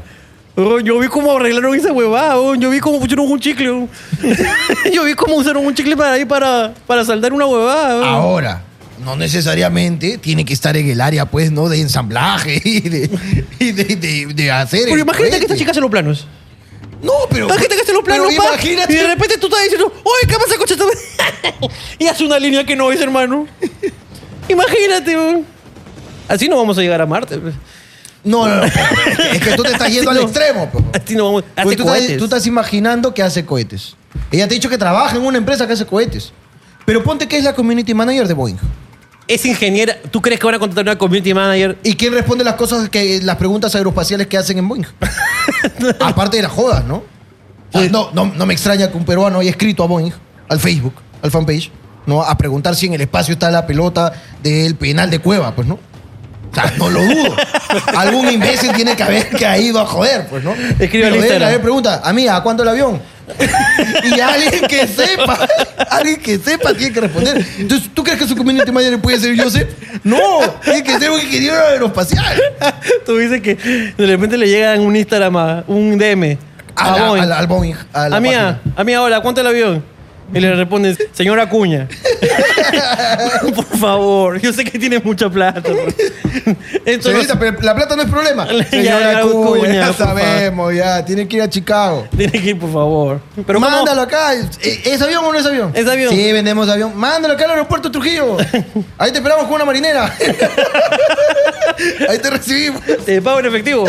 Speaker 1: Oh, Yo vi cómo arreglaron esa huevada. oh, Yo vi cómo pusieron un chicle. oh. Yo vi cómo usaron un chicle para ahí para, para saldar una huevada. oh.
Speaker 5: Ahora, no necesariamente tiene que estar en el área, pues, ¿no? De ensamblaje y de, y de- de- de hacer.
Speaker 1: Pero
Speaker 5: el
Speaker 1: imagínate que
Speaker 5: cohete.
Speaker 1: esta chica hace los planos.
Speaker 5: No, pero.
Speaker 1: Imagínate que este hace los planos,
Speaker 5: pero
Speaker 1: pa,
Speaker 5: imagínate.
Speaker 1: Y de repente tú estás diciendo, oye, ¿qué pasa, coche? y hace una línea que no es, hermano. Imagínate, weón. Así no vamos a llegar a Marte. pues.
Speaker 5: No, no, no. Es que tú te estás yendo al
Speaker 1: No.
Speaker 5: extremo, pues.
Speaker 1: Así no vamos. Hace
Speaker 5: Porque tú,
Speaker 1: cohetes.
Speaker 5: estás, tú estás imaginando que hace cohetes. Ella te ha dicho que trabaja en una empresa que hace cohetes. Pero ponte que es la community manager de Boeing.
Speaker 1: Es ingeniera. ¿Tú crees que van a contratar una community manager?
Speaker 5: ¿Y quién responde las cosas que las preguntas aeroespaciales que hacen en Boeing? Aparte de las jodas, ¿no? O sea, no, no, no me extraña que un peruano haya escrito a Boeing, al Facebook, al fanpage, ¿no? A preguntar si en el espacio está la pelota del penal de Cueva, pues, ¿no? O sea, no lo dudo. Algún imbécil tiene que haber caído a joder, pues, ¿no?
Speaker 1: Escribe al
Speaker 5: Pero debe
Speaker 1: Instagram.
Speaker 5: haber pregunta, amiga, ¿a cuánto el avión? y alguien que sepa, alguien que sepa tiene que responder. Entonces, ¿tú crees que su community manager puede ser Joseph? No, tiene que ser un ingeniero aeroespacial.
Speaker 1: Tú dices que de repente le llegan un Instagram, a- un DM.
Speaker 5: A
Speaker 1: A,
Speaker 5: la-
Speaker 1: Boeing.
Speaker 5: al- al Boeing, a la
Speaker 1: Amiga, amiga, hola, ¿cuánto el avión? Y le responden, señora Cuña. por favor, yo sé que tienes mucha plata. pero- Entonces,
Speaker 5: Señorita, pero la plata no es problema.
Speaker 1: Ya,
Speaker 5: Señora
Speaker 1: ya,
Speaker 5: Cuña,
Speaker 1: Cuña,
Speaker 5: ya
Speaker 1: por
Speaker 5: sabemos, ya. Tiene que ir a Chicago.
Speaker 1: tienes que ir, por favor. Pero ¿cómo?
Speaker 5: Mándalo acá. ¿E- ¿Es avión o no es avión?
Speaker 1: Es avión.
Speaker 5: Sí, vendemos avión. Mándalo acá al aeropuerto Trujillo. Ahí te esperamos con una marinera. Ahí te recibimos.
Speaker 1: Te Eh, pago en efectivo.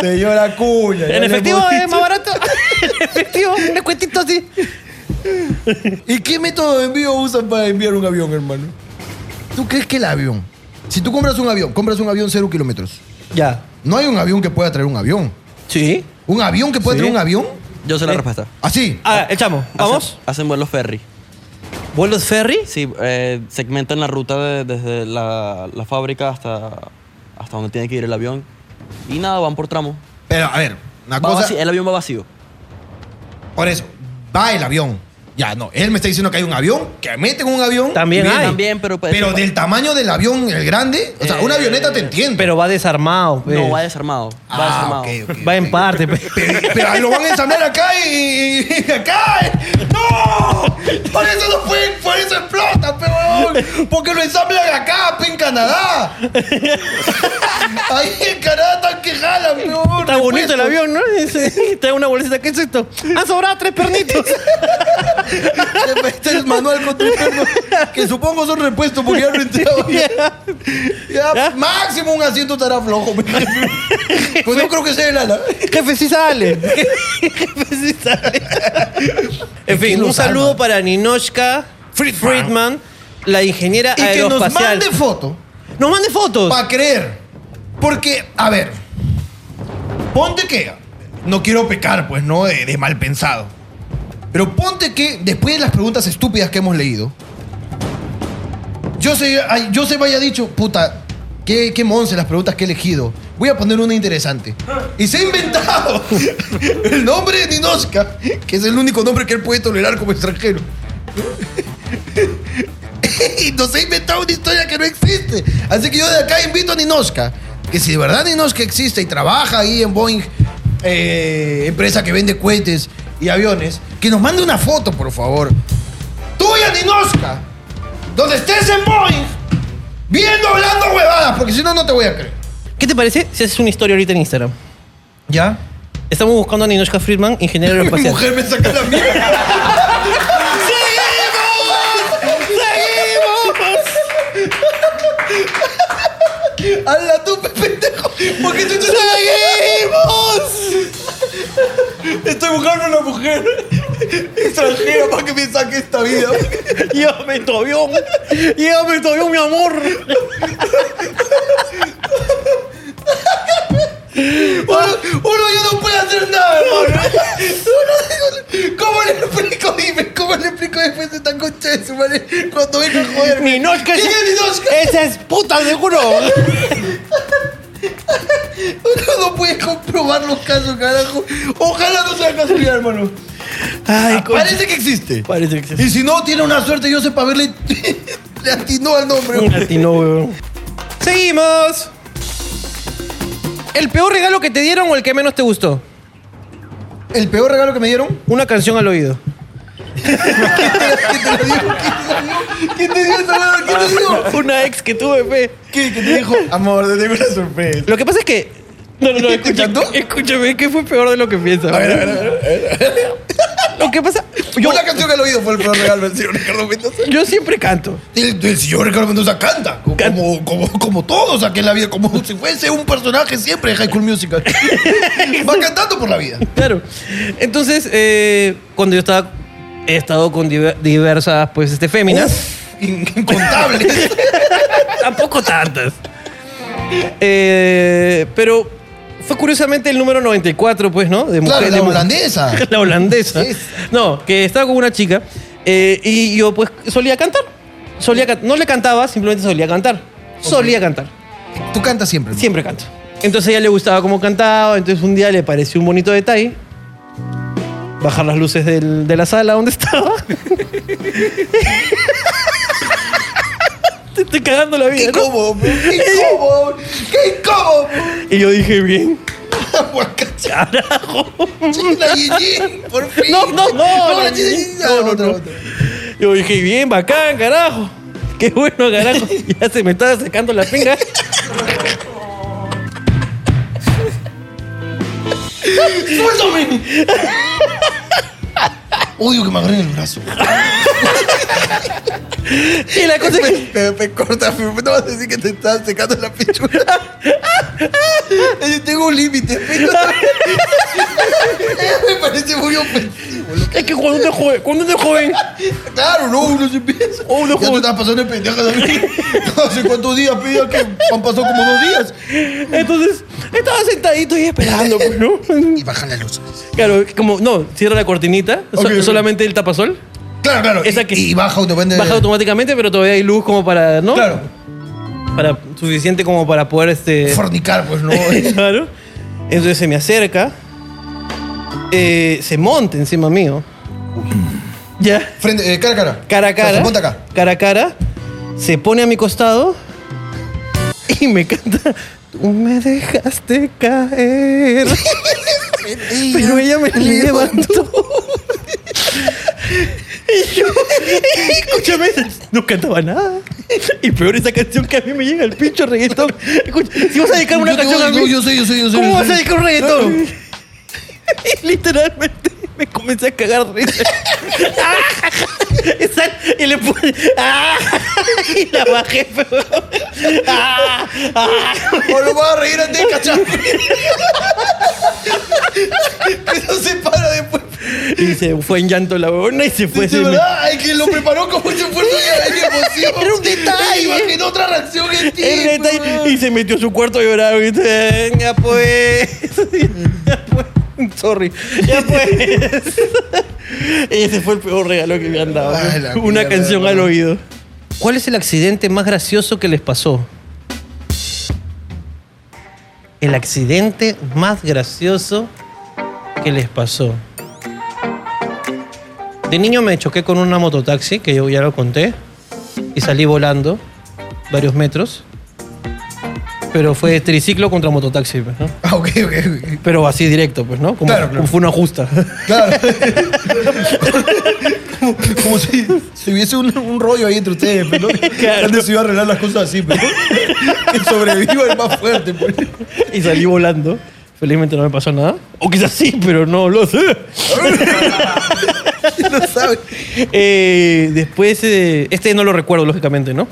Speaker 5: Señora Cuña. ya
Speaker 1: En
Speaker 5: le
Speaker 1: efectivo
Speaker 5: hemos
Speaker 1: es
Speaker 5: dicho.
Speaker 1: más barato. en efectivo, un descuentito así.
Speaker 5: ¿Y qué método de envío usan para enviar un avión, hermano? ¿Tú crees que el avión? Si tú compras un avión, compras un avión cero kilómetros.
Speaker 1: Ya.
Speaker 5: No hay un avión que pueda traer un avión.
Speaker 7: Sí.
Speaker 5: ¿Un avión que pueda
Speaker 1: Sí.
Speaker 5: traer un avión?
Speaker 7: Yo sé la respuesta.
Speaker 5: Así.
Speaker 1: Ah, echamos. ¿Vamos?
Speaker 7: Hacen, hacen vuelos ferry.
Speaker 1: ¿Vuelos ferry?
Speaker 7: Sí, eh, segmentan la ruta de- desde la, la fábrica hasta, hasta donde tiene que ir el avión. Y nada, van por tramo.
Speaker 5: Pero, a ver, una
Speaker 7: Va
Speaker 5: cosa.
Speaker 7: vaci- el avión va vacío.
Speaker 5: Por eso, va el avión. Ya, no. Él me está diciendo que hay un avión, que meten un avión.
Speaker 1: También
Speaker 7: Bien,
Speaker 1: hay.
Speaker 7: también, pero...
Speaker 5: Pero del tamaño del avión, el grande. O sea, una avioneta te entiendo.
Speaker 1: Eh, Pero va desarmado. pues.
Speaker 7: No, va desarmado. Va desarmado.
Speaker 5: Ah, ok, ok,
Speaker 1: Va
Speaker 5: ok.
Speaker 1: en parte. pues.
Speaker 5: Pero, pero ahí lo van a ensamblar acá y, y- y acá. eh. ¡No! Por eso no pueden, por eso explota, peón. Porque lo ensamblan acá, pe, en Canadá. Ahí en Canadá están que jalan, peón.
Speaker 1: Está bonito el avión, ¿no? Está en una bolsita. ¿Qué es esto? Han sobrado tres pernitos.
Speaker 5: Este es el manual con tres pernos, que supongo son repuestos porque ya no entraba bien. Ya,
Speaker 1: ¿Ya?
Speaker 5: máximo un asiento estará flojo. mi jefe. Pues no creo que sea el ala.
Speaker 1: Jefe, sí sale. Jefe, sí sale. en fin,
Speaker 5: nos
Speaker 1: un saludo
Speaker 5: arma?
Speaker 1: para Ninoshka Friedman, la ingeniera
Speaker 5: Y que nos
Speaker 1: aeroespacial.
Speaker 5: mande foto
Speaker 1: Nos mande fotos.
Speaker 5: para creer. Porque, a ver, ponte que, no quiero pecar, pues, ¿no? De, de mal pensado. Pero ponte que, después de las preguntas estúpidas que hemos leído, yo se, ay, yo se vaya dicho, puta, qué, qué monce las preguntas que he elegido. Voy a poner una interesante. Y se ha inventado el nombre de Ninoska, que es el único nombre que él puede tolerar como extranjero. y nos ha inventado una historia que no existe. Así que yo de acá invito a Ninoska, que si de verdad Ninoska existe y trabaja ahí en Boeing, eh, empresa que vende cohetes y aviones, que nos mande una foto, por favor. Tuya, Ninoska, donde estés en Boeing, viendo, hablando huevadas, porque si no, no te voy a creer.
Speaker 1: ¿Qué te parece si haces una historia ahorita en Instagram?
Speaker 5: ¿Ya?
Speaker 1: Estamos buscando a Ninoshka Friedman, ingeniera
Speaker 5: Mi
Speaker 1: aeroespacial.
Speaker 5: mujer me saca la mierda. ¡Seguimos! ¡Seguimos! ¡Hala tú, pe- pendejo! ¿Por qué tú te ¡Seguimos!
Speaker 2: Estoy buscando una mujer extranjera para que me saque esta vida.
Speaker 1: Llévame en tu avión. Llévame en tu avión, mi amor.
Speaker 5: Uno, uno ya no puede hacer nada, hermano. Uno- uno- ¿Cómo le explico? Dime, ¿cómo le explico después de tan concha de su madre cuando venga a joderme?
Speaker 1: Ninoshka.
Speaker 5: ¿Quién es Ninoshka?
Speaker 1: Esa es puta, seguro.
Speaker 5: Uno no puede comprobar los casos, carajo. Ojalá no sea casualidad, hermano.
Speaker 1: Ay, concha.
Speaker 5: Parece que existe.
Speaker 1: Parece que
Speaker 5: Y si no, tiene una suerte, yo sepa verle. Le atinó al nombre.
Speaker 1: Latino, weón. Seguimos. El peor regalo que te dieron o el que menos te gustó.
Speaker 5: El peor regalo que me dieron.
Speaker 1: Una canción al oído.
Speaker 5: ¿Quién te lo dio? ¿Quién te dio? ¿Quién te dio esa mierda? ¿Quién te dio?
Speaker 1: Una ex que tuve, fe.
Speaker 5: ¿Qué? ¿Qué te dijo? Amor, te tengo una sorpresa.
Speaker 1: Lo que pasa es que. No, no, no,
Speaker 5: ¿Te encantó?
Speaker 1: escúchame, escúchame, que fue peor de lo que piensas. A ver, a ver, Lo que pasa. Yo,
Speaker 5: Una canción que al oído fue el peor regalo del señor Ricardo Mendoza.
Speaker 1: yo siempre canto.
Speaker 5: El, el señor Ricardo Mendoza canta. co-
Speaker 1: Canta.
Speaker 5: Como, como, como todos aquí en la vida. Como si fuese un personaje siempre de High School Musical. Va cantando por la vida.
Speaker 1: Claro. Entonces, eh, cuando yo estaba. He estado con diver- diversas, pues, este, féminas.
Speaker 5: Uf, in- incontables.
Speaker 1: Tampoco tantas. Eh, pero fue curiosamente el número 94, pues, ¿no? De
Speaker 5: Claro,
Speaker 1: de
Speaker 5: la holandesa.
Speaker 1: La holandesa.
Speaker 5: Sí.
Speaker 1: No, que estaba con una chica eh, y yo, pues, solía cantar. Solía can- No le cantaba, simplemente solía cantar. Solía cantar.
Speaker 5: Tú cantas siempre. ¿no?
Speaker 1: Siempre canto. Entonces a ella le gustaba cómo cantaba, entonces un día le pareció un bonito detalle bajar las luces del- de la sala donde estaba. Te estoy cagando la vida.
Speaker 5: ¡Qué
Speaker 1: ¿no?
Speaker 5: incómodo! bro. ¡Qué incómodo! ¡Qué incómodo!
Speaker 1: Y yo dije, bien.
Speaker 5: ¡Carajo! ¡La Gigi! ¡Por fin!
Speaker 1: No, no, no,
Speaker 5: ¡No,
Speaker 1: la
Speaker 5: la Gigi!
Speaker 1: Gigi.
Speaker 5: Ah,
Speaker 1: No, no,
Speaker 5: otra,
Speaker 1: no.
Speaker 5: otra.
Speaker 1: Yo dije, bien, bacán, carajo. Qué bueno, carajo. Ya se me estaba secando la pinga.
Speaker 5: Uy, que me agarré en el brazo.
Speaker 1: Y la cosa es que...
Speaker 5: Me, me corta, me- no vas a decir que te estás secando la pichura. Yo tengo un límite. pero- me parece muy ofensivo. lo que-
Speaker 1: Es que cuando uno es joven, cuando uno es joven,
Speaker 5: Claro, no, uno se piensa.
Speaker 1: Oh, Uno
Speaker 5: ya
Speaker 1: joven.
Speaker 5: te estás pasando de pendeja también. No sé cuántos días, pida que han pasado como dos días.
Speaker 1: entonces estaba sentadito y esperando, pues, ¿no?
Speaker 5: Y bajan las luces.
Speaker 1: Claro, como, no, cierra la cortinita, so-
Speaker 5: Ok, Eh. ok.
Speaker 1: solamente el tapasol.
Speaker 5: Claro, claro.
Speaker 1: Esa
Speaker 5: y,
Speaker 1: que-
Speaker 5: y baja automáticamente.
Speaker 1: Baja automáticamente, pero todavía hay luz como para, ¿no?
Speaker 5: Claro.
Speaker 1: Para, suficiente como para poder, este...
Speaker 5: Fornicar, pues no.
Speaker 1: claro. Entonces se me acerca, eh, se monta encima mío Ya.
Speaker 5: Frente, eh, cara a cara.
Speaker 1: Cara a
Speaker 5: O sea,
Speaker 1: cara.
Speaker 5: se monta acá.
Speaker 1: Cara a cara. Se pone a mi costado. Y me canta. Tú me dejaste caer. pero ella me levantó. y yo. Escúchame. No cantaba nada. Y peor esa canción que a mí me llega el pincho reggaetón. Escucha, si vas a dedicar una
Speaker 5: Yo te
Speaker 1: canción a
Speaker 5: oigo,
Speaker 1: mí.
Speaker 5: yo sé, yo sé, yo sé,
Speaker 1: ¿Cómo
Speaker 5: yo
Speaker 1: vas
Speaker 5: sé.
Speaker 1: a dedicar un reggaetón? Y literalmente me comencé a cagar de risa. Y sal- y le puse. ¡Ah! Y la bajé, pero. ¡Ah! ¡Ah!
Speaker 5: O lo vas a reír antes de cachar. Pero se para después.
Speaker 1: Y se fue en llanto la huevona y se fue.
Speaker 5: Dice,
Speaker 1: se Pues me-
Speaker 5: ¿verdad? Ay, que lo preparó con mucho esfuerzo y y emoción.
Speaker 1: Era un detalle.
Speaker 5: Él Imaginó otra reacción en ti. pues.
Speaker 1: el detalle, y se metió a su cuarto a llorar. y dice, Ya pues. Ya pues. Sorry. Ya pues. Ese fue el peor regalo que me han dado.
Speaker 5: Ay, la
Speaker 1: Una
Speaker 5: mierda,
Speaker 1: canción
Speaker 5: bro.
Speaker 1: al oído. ¿Cuál es el accidente más gracioso que les pasó? El accidente más gracioso que les pasó. De niño me choqué con una mototaxi, que yo ya lo conté, y salí volando varios metros. Pero fue triciclo contra mototaxi, pues, ¿no?
Speaker 5: Ah, ok, ok, ok.
Speaker 1: Pero así directo, pues, ¿no? Como,
Speaker 5: Claro, claro.
Speaker 1: como fue una justa.
Speaker 5: Claro. como, como si, si hubiese un, un rollo ahí entre ustedes, pero ¿no?
Speaker 1: Claro.
Speaker 5: han decidido arreglar las cosas así, pero que sobreviva el más fuerte. pues.
Speaker 1: y salí volando. Felizmente no me pasó nada. O quizás sí, pero no lo sé.
Speaker 5: No sabe.
Speaker 1: Eh, después, eh, este no lo recuerdo, lógicamente, ¿no?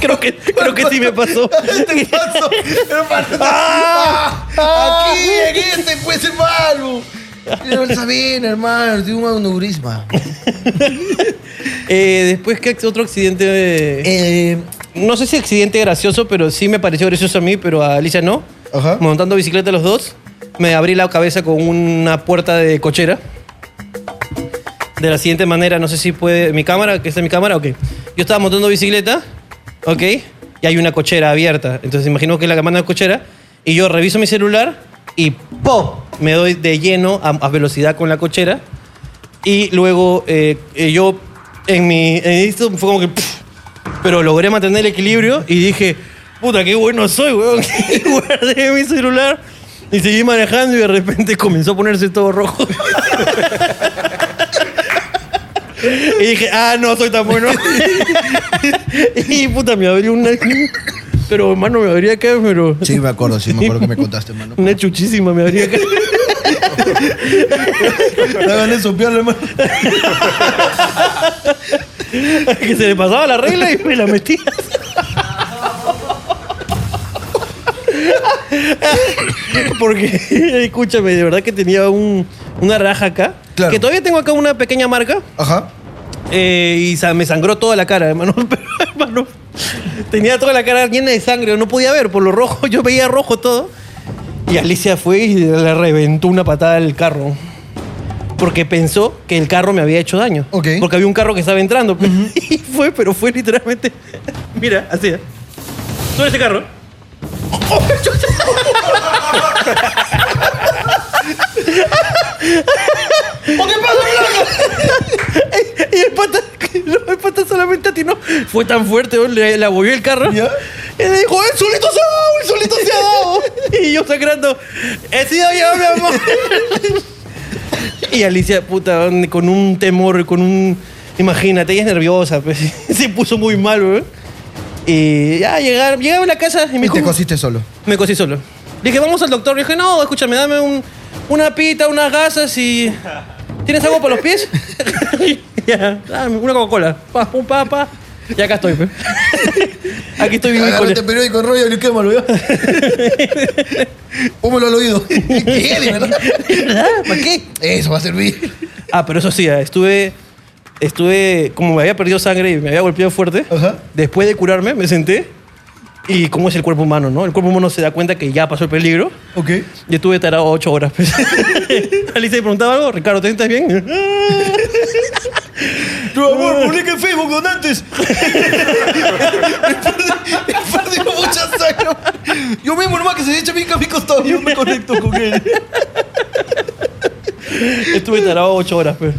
Speaker 1: Creo que, creo que sí me pasó.
Speaker 5: Este paso, hermano. Ah, aquí, en este, pues, hermano. Pero Sabina, hermano, tiene un aneurisma.
Speaker 1: Eh, después, ¿qué otro accidente?
Speaker 5: Eh,
Speaker 1: no sé si accidente gracioso, pero sí me pareció gracioso a mí, pero a Alicia no.
Speaker 5: Ajá.
Speaker 1: Montando bicicleta los dos, me abrí la cabeza con una puerta de cochera. De la siguiente manera, no sé si puede. ¿Mi cámara? ¿Que está mi cámara? Ok. Yo estaba montando bicicleta, ok, y hay una cochera abierta. Entonces imagino que es la cámara de cochera. Y yo reviso mi celular y ¡pop! Me doy de lleno a- a velocidad con la cochera. Y luego eh, eh, yo en mi en esto fue como que pff, pero logré mantener el equilibrio y dije, puta, qué bueno soy, weón. Y guardé mi celular y seguí manejando y de repente comenzó a ponerse todo rojo. y dije, ah, no, soy tan bueno. y puta, me abrió una... Pero hermano, me abría acá, pero...
Speaker 5: sí, me acuerdo, sí, me acuerdo que me contaste, hermano.
Speaker 1: Una chuchísima me abría acá.
Speaker 5: La gané de sopearlo, hermano.
Speaker 1: que se le pasaba la regla y me la metía. Porque, escúchame, de verdad que tenía un- una raja acá.
Speaker 5: Claro.
Speaker 1: Que todavía tengo acá una pequeña marca.
Speaker 5: Ajá.
Speaker 1: eh, y sa- me sangró toda la cara, hermano. Pero, hermano, tenía toda la cara llena de sangre. No podía ver por lo rojo. Yo veía rojo todo. Y Alicia fue y le reventó una patada al carro. Porque pensó que el carro me había hecho daño.
Speaker 5: Ok.
Speaker 1: Porque había un carro que estaba entrando. pe- Y fue, pero fue literalmente. Mira, así. ¿eh? Tú eres ese carro. Y el pata, no, el pata solamente atinó. Fue tan fuerte, weón, le, le abolló el carro. Y le dijo, ¡el solito se ha dado! ¡El solito se ha dado! y yo sangrando, ¡he sido yo, mi amor! y Alicia, puta, weón, con un temor, con un... Imagínate, ella es nerviosa, pues. Se puso muy mal, weón. Y ya llegar, llegaba a la casa y me
Speaker 5: Y te
Speaker 1: dijo...
Speaker 5: cosiste solo.
Speaker 1: Me cosí solo. Le dije, vamos al doctor. Le dije, no, escúchame, dame un- una pita, unas gasas y. ¿Tienes agua para los pies? ya, dame una Coca-Cola. Pa, pum, pa, pa. Y acá estoy, pe. Aquí estoy vivo y
Speaker 5: Agarra
Speaker 1: coleando.
Speaker 5: este periódico en rollo y quémalo, ¿ya? Pómelo al oído. ¿Qué? ¿De verdad? ¿Para qué? Eso va a servir.
Speaker 1: Ah, pero eso sí, ah, estuve. Estuve. Como me había perdido sangre y me había golpeado fuerte,
Speaker 5: Ajá.
Speaker 1: después de curarme, me senté. Y cómo es el cuerpo humano, ¿no? El cuerpo humano se da cuenta que ya pasó el peligro.
Speaker 5: Ok.
Speaker 1: Yo estuve tarado ocho horas. pues. Alicia me preguntaba algo, Ricardo, ¿te sientes bien?
Speaker 5: Tu amor, publica en Facebook, donantes. He perdido mucha sangre. Yo mismo, nomás que se echa bien a mi costado. Yo me conecto con él.
Speaker 1: Estuve tarado ocho horas, pues.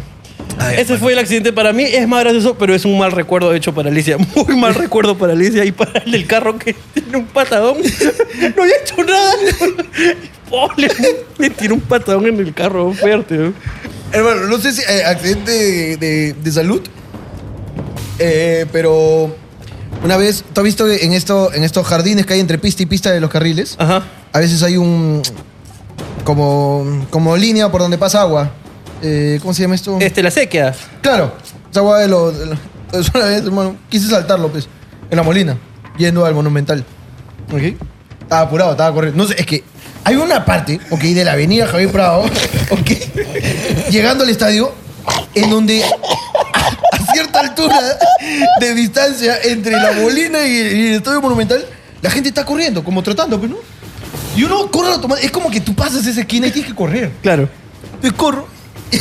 Speaker 1: Ese fue el accidente para mí. Es más gracioso, pero es un mal recuerdo hecho para Alicia. Muy mal recuerdo para Alicia y para el del carro que tiene un patadón. No había hecho nada. Pobre, me tiró un patadón en el carro fuerte. ¿no?
Speaker 2: Hermano, no sé si eh, accidente de, de- de salud,
Speaker 5: Eh, pero una vez, ¿tú has visto en, esto, en estos jardines que hay entre pista y pista de los carriles?
Speaker 1: Ajá.
Speaker 5: A veces hay un. como, como línea por donde pasa agua. Eh, ¿Cómo se llama esto?
Speaker 1: Este, la sequía.
Speaker 5: Claro, esa agua de los. de los- entonces, una vez, hermano, quise saltarlo, pues, en la molina, yendo al Monumental. ¿Ok? Estaba apurado, estaba corriendo. No sé, es que hay una parte, ok, de la avenida Javier Prado, ok, llegando al estadio, en donde a cierta altura de distancia entre la molina y, y el estadio Monumental, la gente está corriendo, como tratando, pues, ¿no? Y uno corre automáticamente. Es como que tú pasas esa esquina y tienes que correr.
Speaker 1: Claro.
Speaker 5: Entonces corro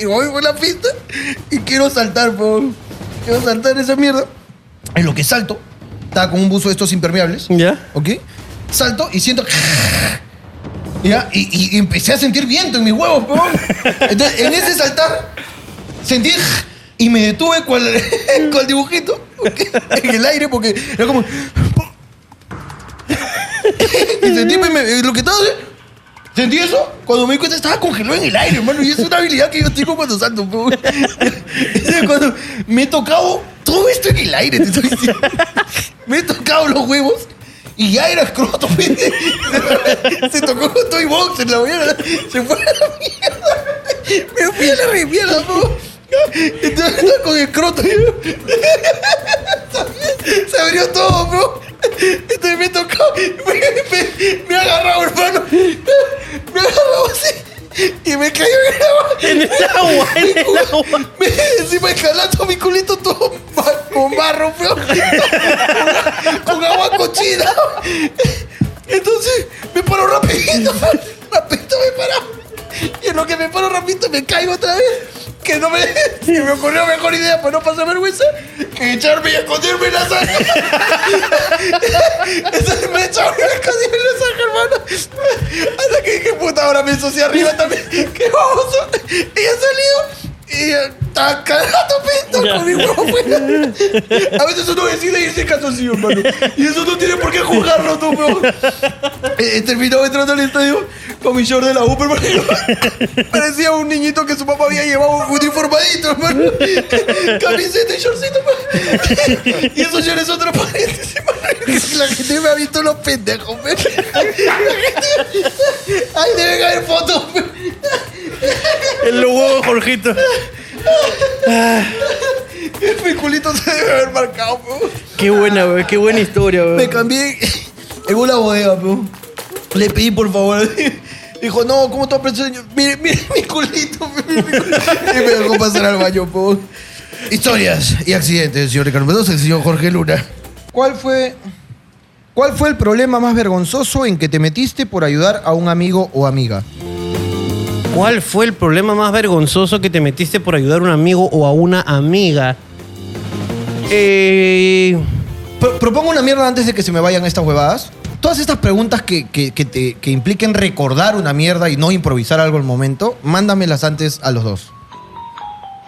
Speaker 5: y voy por la pista y quiero saltar, po. Quiero saltar esa mierda. En lo que salto, estaba con un buzo de estos impermeables.
Speaker 1: ¿Ya?
Speaker 5: ¿Ok? Salto y siento. ¿Ya? Y, y- y empecé a sentir viento en mis huevos, po. Entonces, en ese saltar, sentí. Y me detuve con el, con el dibujito ¿ok? en el aire porque era como. Y sentí, me- me- lo que estaba haciendo. ¿Sentí eso? Cuando me di cuenta estaba congelado en el aire, hermano. Y es una habilidad que yo tengo cuando salto. po. Entonces, Cuando me he tocado todo esto en el aire, te estoy diciendo. Me he tocado los huevos y ya era escroto, pende. Se tocó con Toy Box en la mierda. Se fue a la mierda. Me fui a la re mierda, po. Entonces estaba con escroto. Se abrió todo, bro. Entonces me tocó. Me, me- me ha agarrado, hermano. Me ha agarrado así. Y me cayó en el agua. En el agua, en el agua. Me, encima escalando mi culito todo ba- con barro, bro. con agua cochina. Entonces me paro rapidito. Rapidito me paro. Y en lo que me paro rapidito me caigo otra vez. Que no me. Se me ocurrió mejor idea para no pasar vergüenza que echarme y esconderme en la sangre. Entonces me echaron y me escondí en la sangre, hermano. Hasta que dije, puta, ahora me ensucié arriba también. ¡Qué baboso! Y he salido y estaba cagado pinto con mi huevo fuera.
Speaker 2: a veces uno decide irse calzoncillo, hermano. Y eso no tiene por qué juzgarlo, no, weón.
Speaker 5: Eh, eh, terminó entrando al estadio con mi short de la Uber, Parecía un niñito que su papá había llevado uniformadito, hermano. Camiseta y shortcito, hermano. Y esos shorts son transparentes, hermano. La gente me ha visto los pendejos, man. La gente... Ahí deben haber fotos, man.
Speaker 1: El huevo, Jorgito.
Speaker 5: Mi culito se debe haber marcado, man.
Speaker 1: Qué buena, güey. Qué buena historia, güey.
Speaker 5: Me cambié en una bodega, pero Le pedí por favor. Dijo, no, ¿cómo estás pensando? Mire, mire mi culito. mire mi culito". Y me dejó pasar al baño, po. Historias y accidentes, señor Ricardo Mendoza, el señor Jorge Luna. ¿Cuál fue, ¿Cuál fue el problema más vergonzoso en que te metiste por ayudar a un amigo o amiga?
Speaker 1: ¿Cuál fue el problema más vergonzoso que te metiste por ayudar a un amigo o a una amiga? Eh,
Speaker 5: Pro- propongo una mierda antes de que se me vayan estas huevadas. Todas estas preguntas que, que- que te, que impliquen recordar una mierda y no improvisar algo al momento, mándamelas antes a los dos.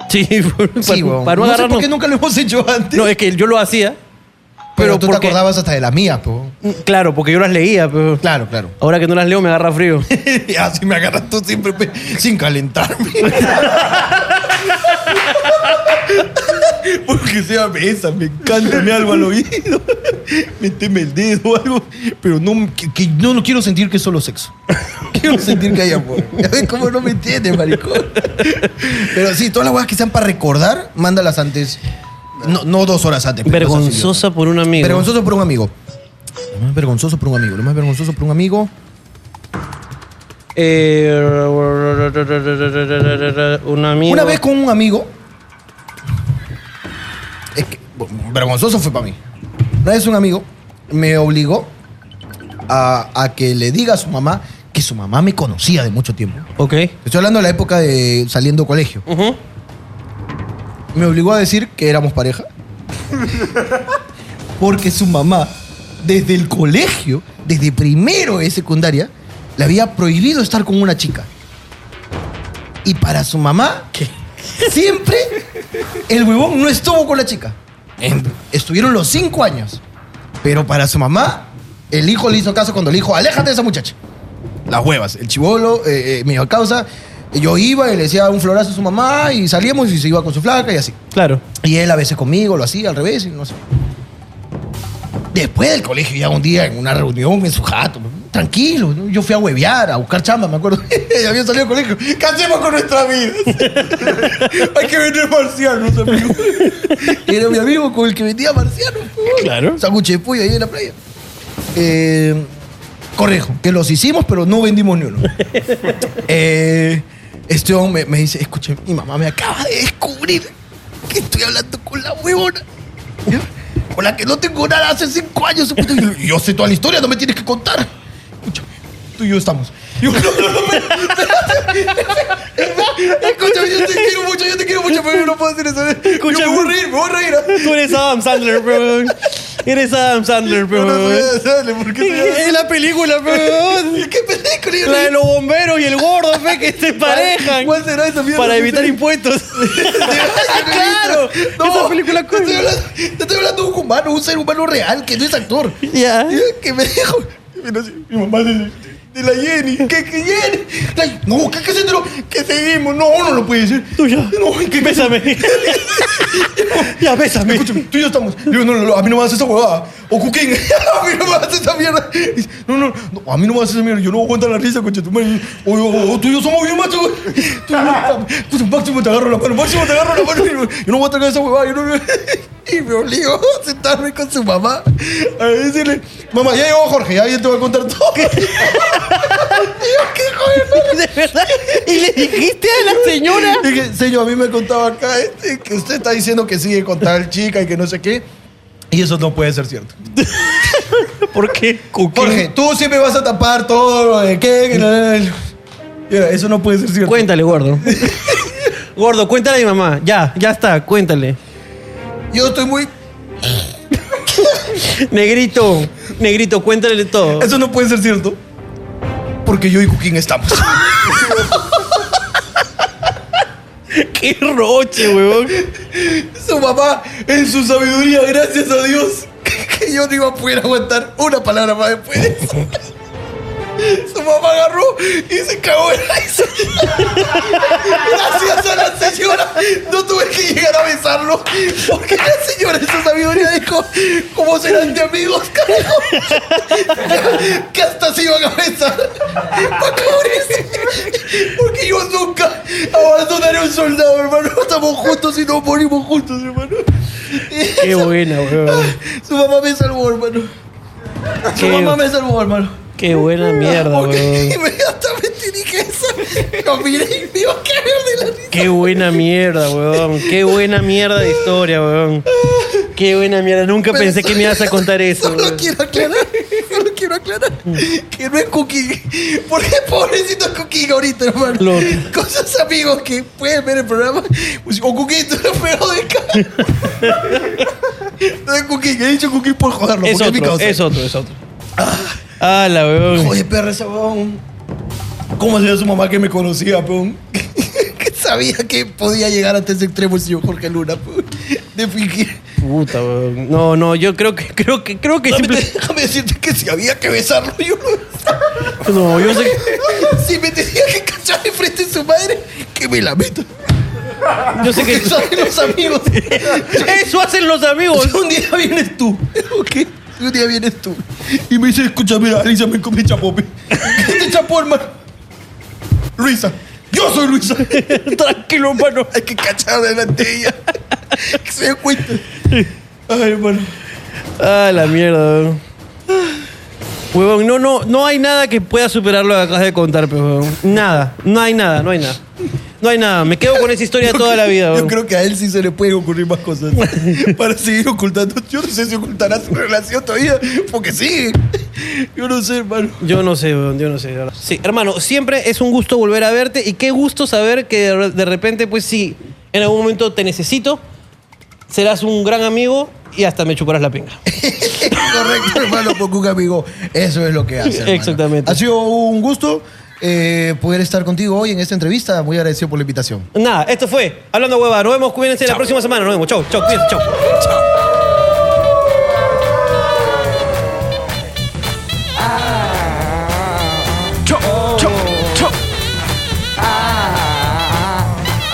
Speaker 1: sí, para,
Speaker 5: Sí, weón.
Speaker 1: para no,
Speaker 5: no sé
Speaker 1: agarrarnos.
Speaker 5: por qué nunca lo hemos hecho antes.
Speaker 1: No, es que yo lo hacía.
Speaker 5: pero tú
Speaker 1: porque- mm,
Speaker 5: te acordabas hasta de la mía, po.
Speaker 1: Claro, porque yo las leía, pero
Speaker 5: Claro, claro.
Speaker 1: ahora que no las leo me agarra frío.
Speaker 5: Así me agarras tú siempre pe- sin calentarme.
Speaker 2: Porque sea mesa, me encanta, me algo al oído. Méteme el dedo o algo.
Speaker 5: Pero no, que- que no, no quiero sentir que es solo sexo. Quiero sentir que hay amor. Ya ves cómo no me entiendes, maricón. Pero sí, todas las huevas que sean para recordar, mándalas antes. No, no dos horas antes. pero no seas idiota.
Speaker 1: Vergonzosa por un amigo.
Speaker 5: Vergonzoso por un amigo. Lo más vergonzoso por un amigo. Lo más vergonzoso por un amigo.
Speaker 1: Eh, un amigo.
Speaker 5: Una vez con un amigo. Es que, bueno, vergonzoso fue para mí. Una vez un amigo me obligó a, a que le diga a su mamá que su mamá me conocía de mucho tiempo.
Speaker 1: Ok.
Speaker 5: Estoy hablando de la época de saliendo colegio.
Speaker 1: Ujú.
Speaker 5: Me obligó a decir que éramos pareja. Porque su mamá, desde el colegio, desde primero de secundaria, le había prohibido estar con una chica. Y para su mamá, Siempre el huevón no estuvo con la chica. En- estuvieron los cinco años. Pero para su mamá, el hijo le hizo caso cuando le dijo, aléjate de esa muchacha. Las huevas. El chivolo, eh, eh, medio causa. Yo iba y le decía un florazo a su mamá y salíamos y se iba con su flaca y así.
Speaker 1: Claro.
Speaker 5: Y él a veces conmigo lo hacía al revés y no sé. Después del colegio, ya un día en una reunión en su jato, tranquilo, ¿no? yo fui a huevear, a buscar chamba, me acuerdo. Ya había salido del colegio. ¿Qué hacemos con nuestra vida?
Speaker 2: Hay que venir marcianos, amigo.
Speaker 5: Era mi amigo con el que vendía marciano.
Speaker 1: Claro.
Speaker 5: Sándwich de pollo ahí en la playa. Eh, correjo, que los hicimos, pero no vendimos ni uno. Eh, este hombre me, me dice, escuche, mi mamá me acaba de descubrir que estoy hablando con la huevona. ¿ya? Con la que no tengo nada hace cinco años. Y yo, yo sé toda la historia, no me tienes que contar. Escucha, tú y yo estamos. Y yo, no, no, no, pero- Escúchame, yo te quiero mucho, yo te quiero mucho, pero yo no puedo hacer eso.
Speaker 1: Escucha,
Speaker 5: Yo me voy a reír, me voy a reír. ¿ah?
Speaker 1: Tú eres Adam Sandler, bro. Eres Adam Sandler, bro.
Speaker 5: No, no, no, dale, ¿por qué te-
Speaker 1: Es la película, bro.
Speaker 5: ¿Qué película? Yo
Speaker 1: La
Speaker 5: no-
Speaker 1: de los bomberos y el gordo, fe, que se parejan.
Speaker 5: ¿Cuál será esa mierda?
Speaker 1: Para evitar impuestos. ¡Claro! Esa película
Speaker 5: te estoy, hablando, te estoy hablando de un humano, un ser humano real, que no es actor.
Speaker 1: Ya.
Speaker 5: Que me dijo. mira, sí, Mi mamá de, de la Jenny. ¿Qué, qué Jenny? La- no, ¿qué, qué se enteró? Que seguimos. No, no lo puede decir.
Speaker 1: Tú ya.
Speaker 5: No, que
Speaker 1: Bésame. ya, bésame.
Speaker 5: Escúchame, tú y yo estamos. Le digo, no, no, no, a mí no me haces esa huevada. O Cuquín, a mí no me haces esa mierda. Dice, No, no, no, a mí no me haces esa mierda. Yo no voy a aguantar la risa, concha tu madre. O, o- o tú y yo somos bien machos, güey. Tú y yo, Escúchame, máximo te agarro la mano, máximo te agarro la mano. Yo no voy a tragar esa huevada. Yo no, y me obligó a sentarme con su mamá a decirle, mamá, ya llegó Jorge, ya, ya te voy a contar todo. Y yo, qué joder.
Speaker 1: ¿De verdad? ¿Y le dijiste a la señora?
Speaker 5: Dije, señor, a mí me contaba acá este, que usted está diciendo que sigue con tal chica y que no sé qué. Y eso no puede ser cierto.
Speaker 1: ¿Por qué?
Speaker 5: Jorge, tú siempre vas a tapar todo lo de qué. que la, la, la. Mira, eso no puede ser cierto.
Speaker 1: Cuéntale, gordo. gordo, cuéntale a mi mamá. Ya, ya está, cuéntale.
Speaker 5: Yo estoy muy.
Speaker 1: Negrito, negrito, cuéntale todo.
Speaker 5: Eso no puede ser cierto. Porque yo y Joaquín estamos.
Speaker 1: Qué roche, weón.
Speaker 5: su mamá, en su sabiduría, gracias a Dios, que, que yo no iba a poder aguantar una palabra más después de eso. Su mamá agarró y se cagó en la risa. Gracias a la señora, no tuve que llegar a besarlo. Porque la señora en su sabiduría dijo: ¿Cómo serán de amigos, carajo? Que hasta se iban a besar. Bacanes. Porque yo nunca abandonaré a un soldado, hermano. Estamos juntos y no morimos juntos, hermano.
Speaker 1: Qué buena, weón.
Speaker 5: Su mamá me salvó, hermano. Su
Speaker 1: Qué-
Speaker 5: mamá me salvó, hermano.
Speaker 1: Qué buena mierda,
Speaker 5: Porque
Speaker 1: weón.
Speaker 5: Inmediatamente dije eso. Lo miré y me iba a caer de la risa.
Speaker 1: Qué buena mierda, weón. Qué buena mierda de historia, weón. Qué buena mierda. Nunca
Speaker 5: Pero
Speaker 1: pensé que me ibas a contar eso.
Speaker 5: Solo
Speaker 1: weón.
Speaker 5: quiero aclarar, solo quiero aclarar que no es Cookie. Porque pobrecito Cookie ahorita, hermano.
Speaker 1: Lo-
Speaker 5: Con sus amigos que pueden ver el programa. Pues, O Cookie, tú lo peor de cara. No es Cookie, he dicho Cookie por joderlo.
Speaker 1: Es
Speaker 5: porque es mi
Speaker 1: otro,
Speaker 5: causa.
Speaker 1: es otro, es otro. Ah, la weón.
Speaker 5: Oye, perra, ese huevón. ¿Cómo sería su mamá que me conocía, peón? que sabía que podía llegar hasta ese extremo el señor Jorge Luna, peón. De fingir.
Speaker 1: Puta, weón. No, no, yo creo que, creo que, creo que
Speaker 5: Déjame,
Speaker 1: simple-
Speaker 5: déjame decirte que si había que besarlo, yo lo besaba.
Speaker 1: No, yo sé que.
Speaker 5: Si me tenía que cachar de frente a su madre, que me la meta.
Speaker 1: Yo sé
Speaker 5: Que
Speaker 1: que.
Speaker 5: eso hacen los amigos.
Speaker 1: Eso hacen los amigos.
Speaker 5: un día vienes tú, ¿ok? Y un día vienes tú. Y me dice, escúchame, Alicia, me comí chapó. pe. ¿Qué te chapó, hermano? Luisa. Yo soy Luisa.
Speaker 1: Tranquilo, hermano.
Speaker 5: Hay que cachar delante de ella. Que se dé cuenta. Ay, hermano.
Speaker 1: Ah, la mierda, weón. Huevón, no, no, no hay nada que pueda superar lo que acabas de contar, pues, huevón. Nada, no hay nada, no hay nada. No hay nada, me quedo con esa historia toda la vida,
Speaker 5: Yo
Speaker 1: huevón.
Speaker 5: creo que a él sí se le pueden ocurrir más cosas para seguir ocultando. Yo no sé si ocultará su relación todavía, porque sigue. Yo no sé, hermano.
Speaker 1: Yo no sé, weón, yo no sé. de verdad. Sí, hermano, siempre es un gusto volver a verte y qué gusto saber que de re- de repente, pues sí, en algún momento te necesito, serás un gran amigo y hasta me chuparás la pinga.
Speaker 5: Correcto, hermano, porque un amigo, eso es lo que hace. hermano.
Speaker 1: Exactamente.
Speaker 5: Ha sido un gusto. eh, poder estar contigo hoy en esta entrevista. Muy agradecido por la invitación.
Speaker 1: Nada, esto fue Hablando Hueva. Nos vemos, cuídense la próxima semana. Nos vemos. Chau, chau, cuídense, chau.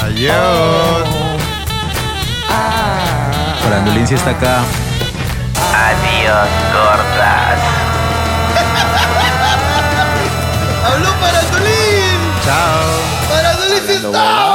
Speaker 6: Adiós. Farandulín sí está acá.
Speaker 5: ¡Habló para Solín!
Speaker 6: Chao.
Speaker 5: ¡Para Solín está!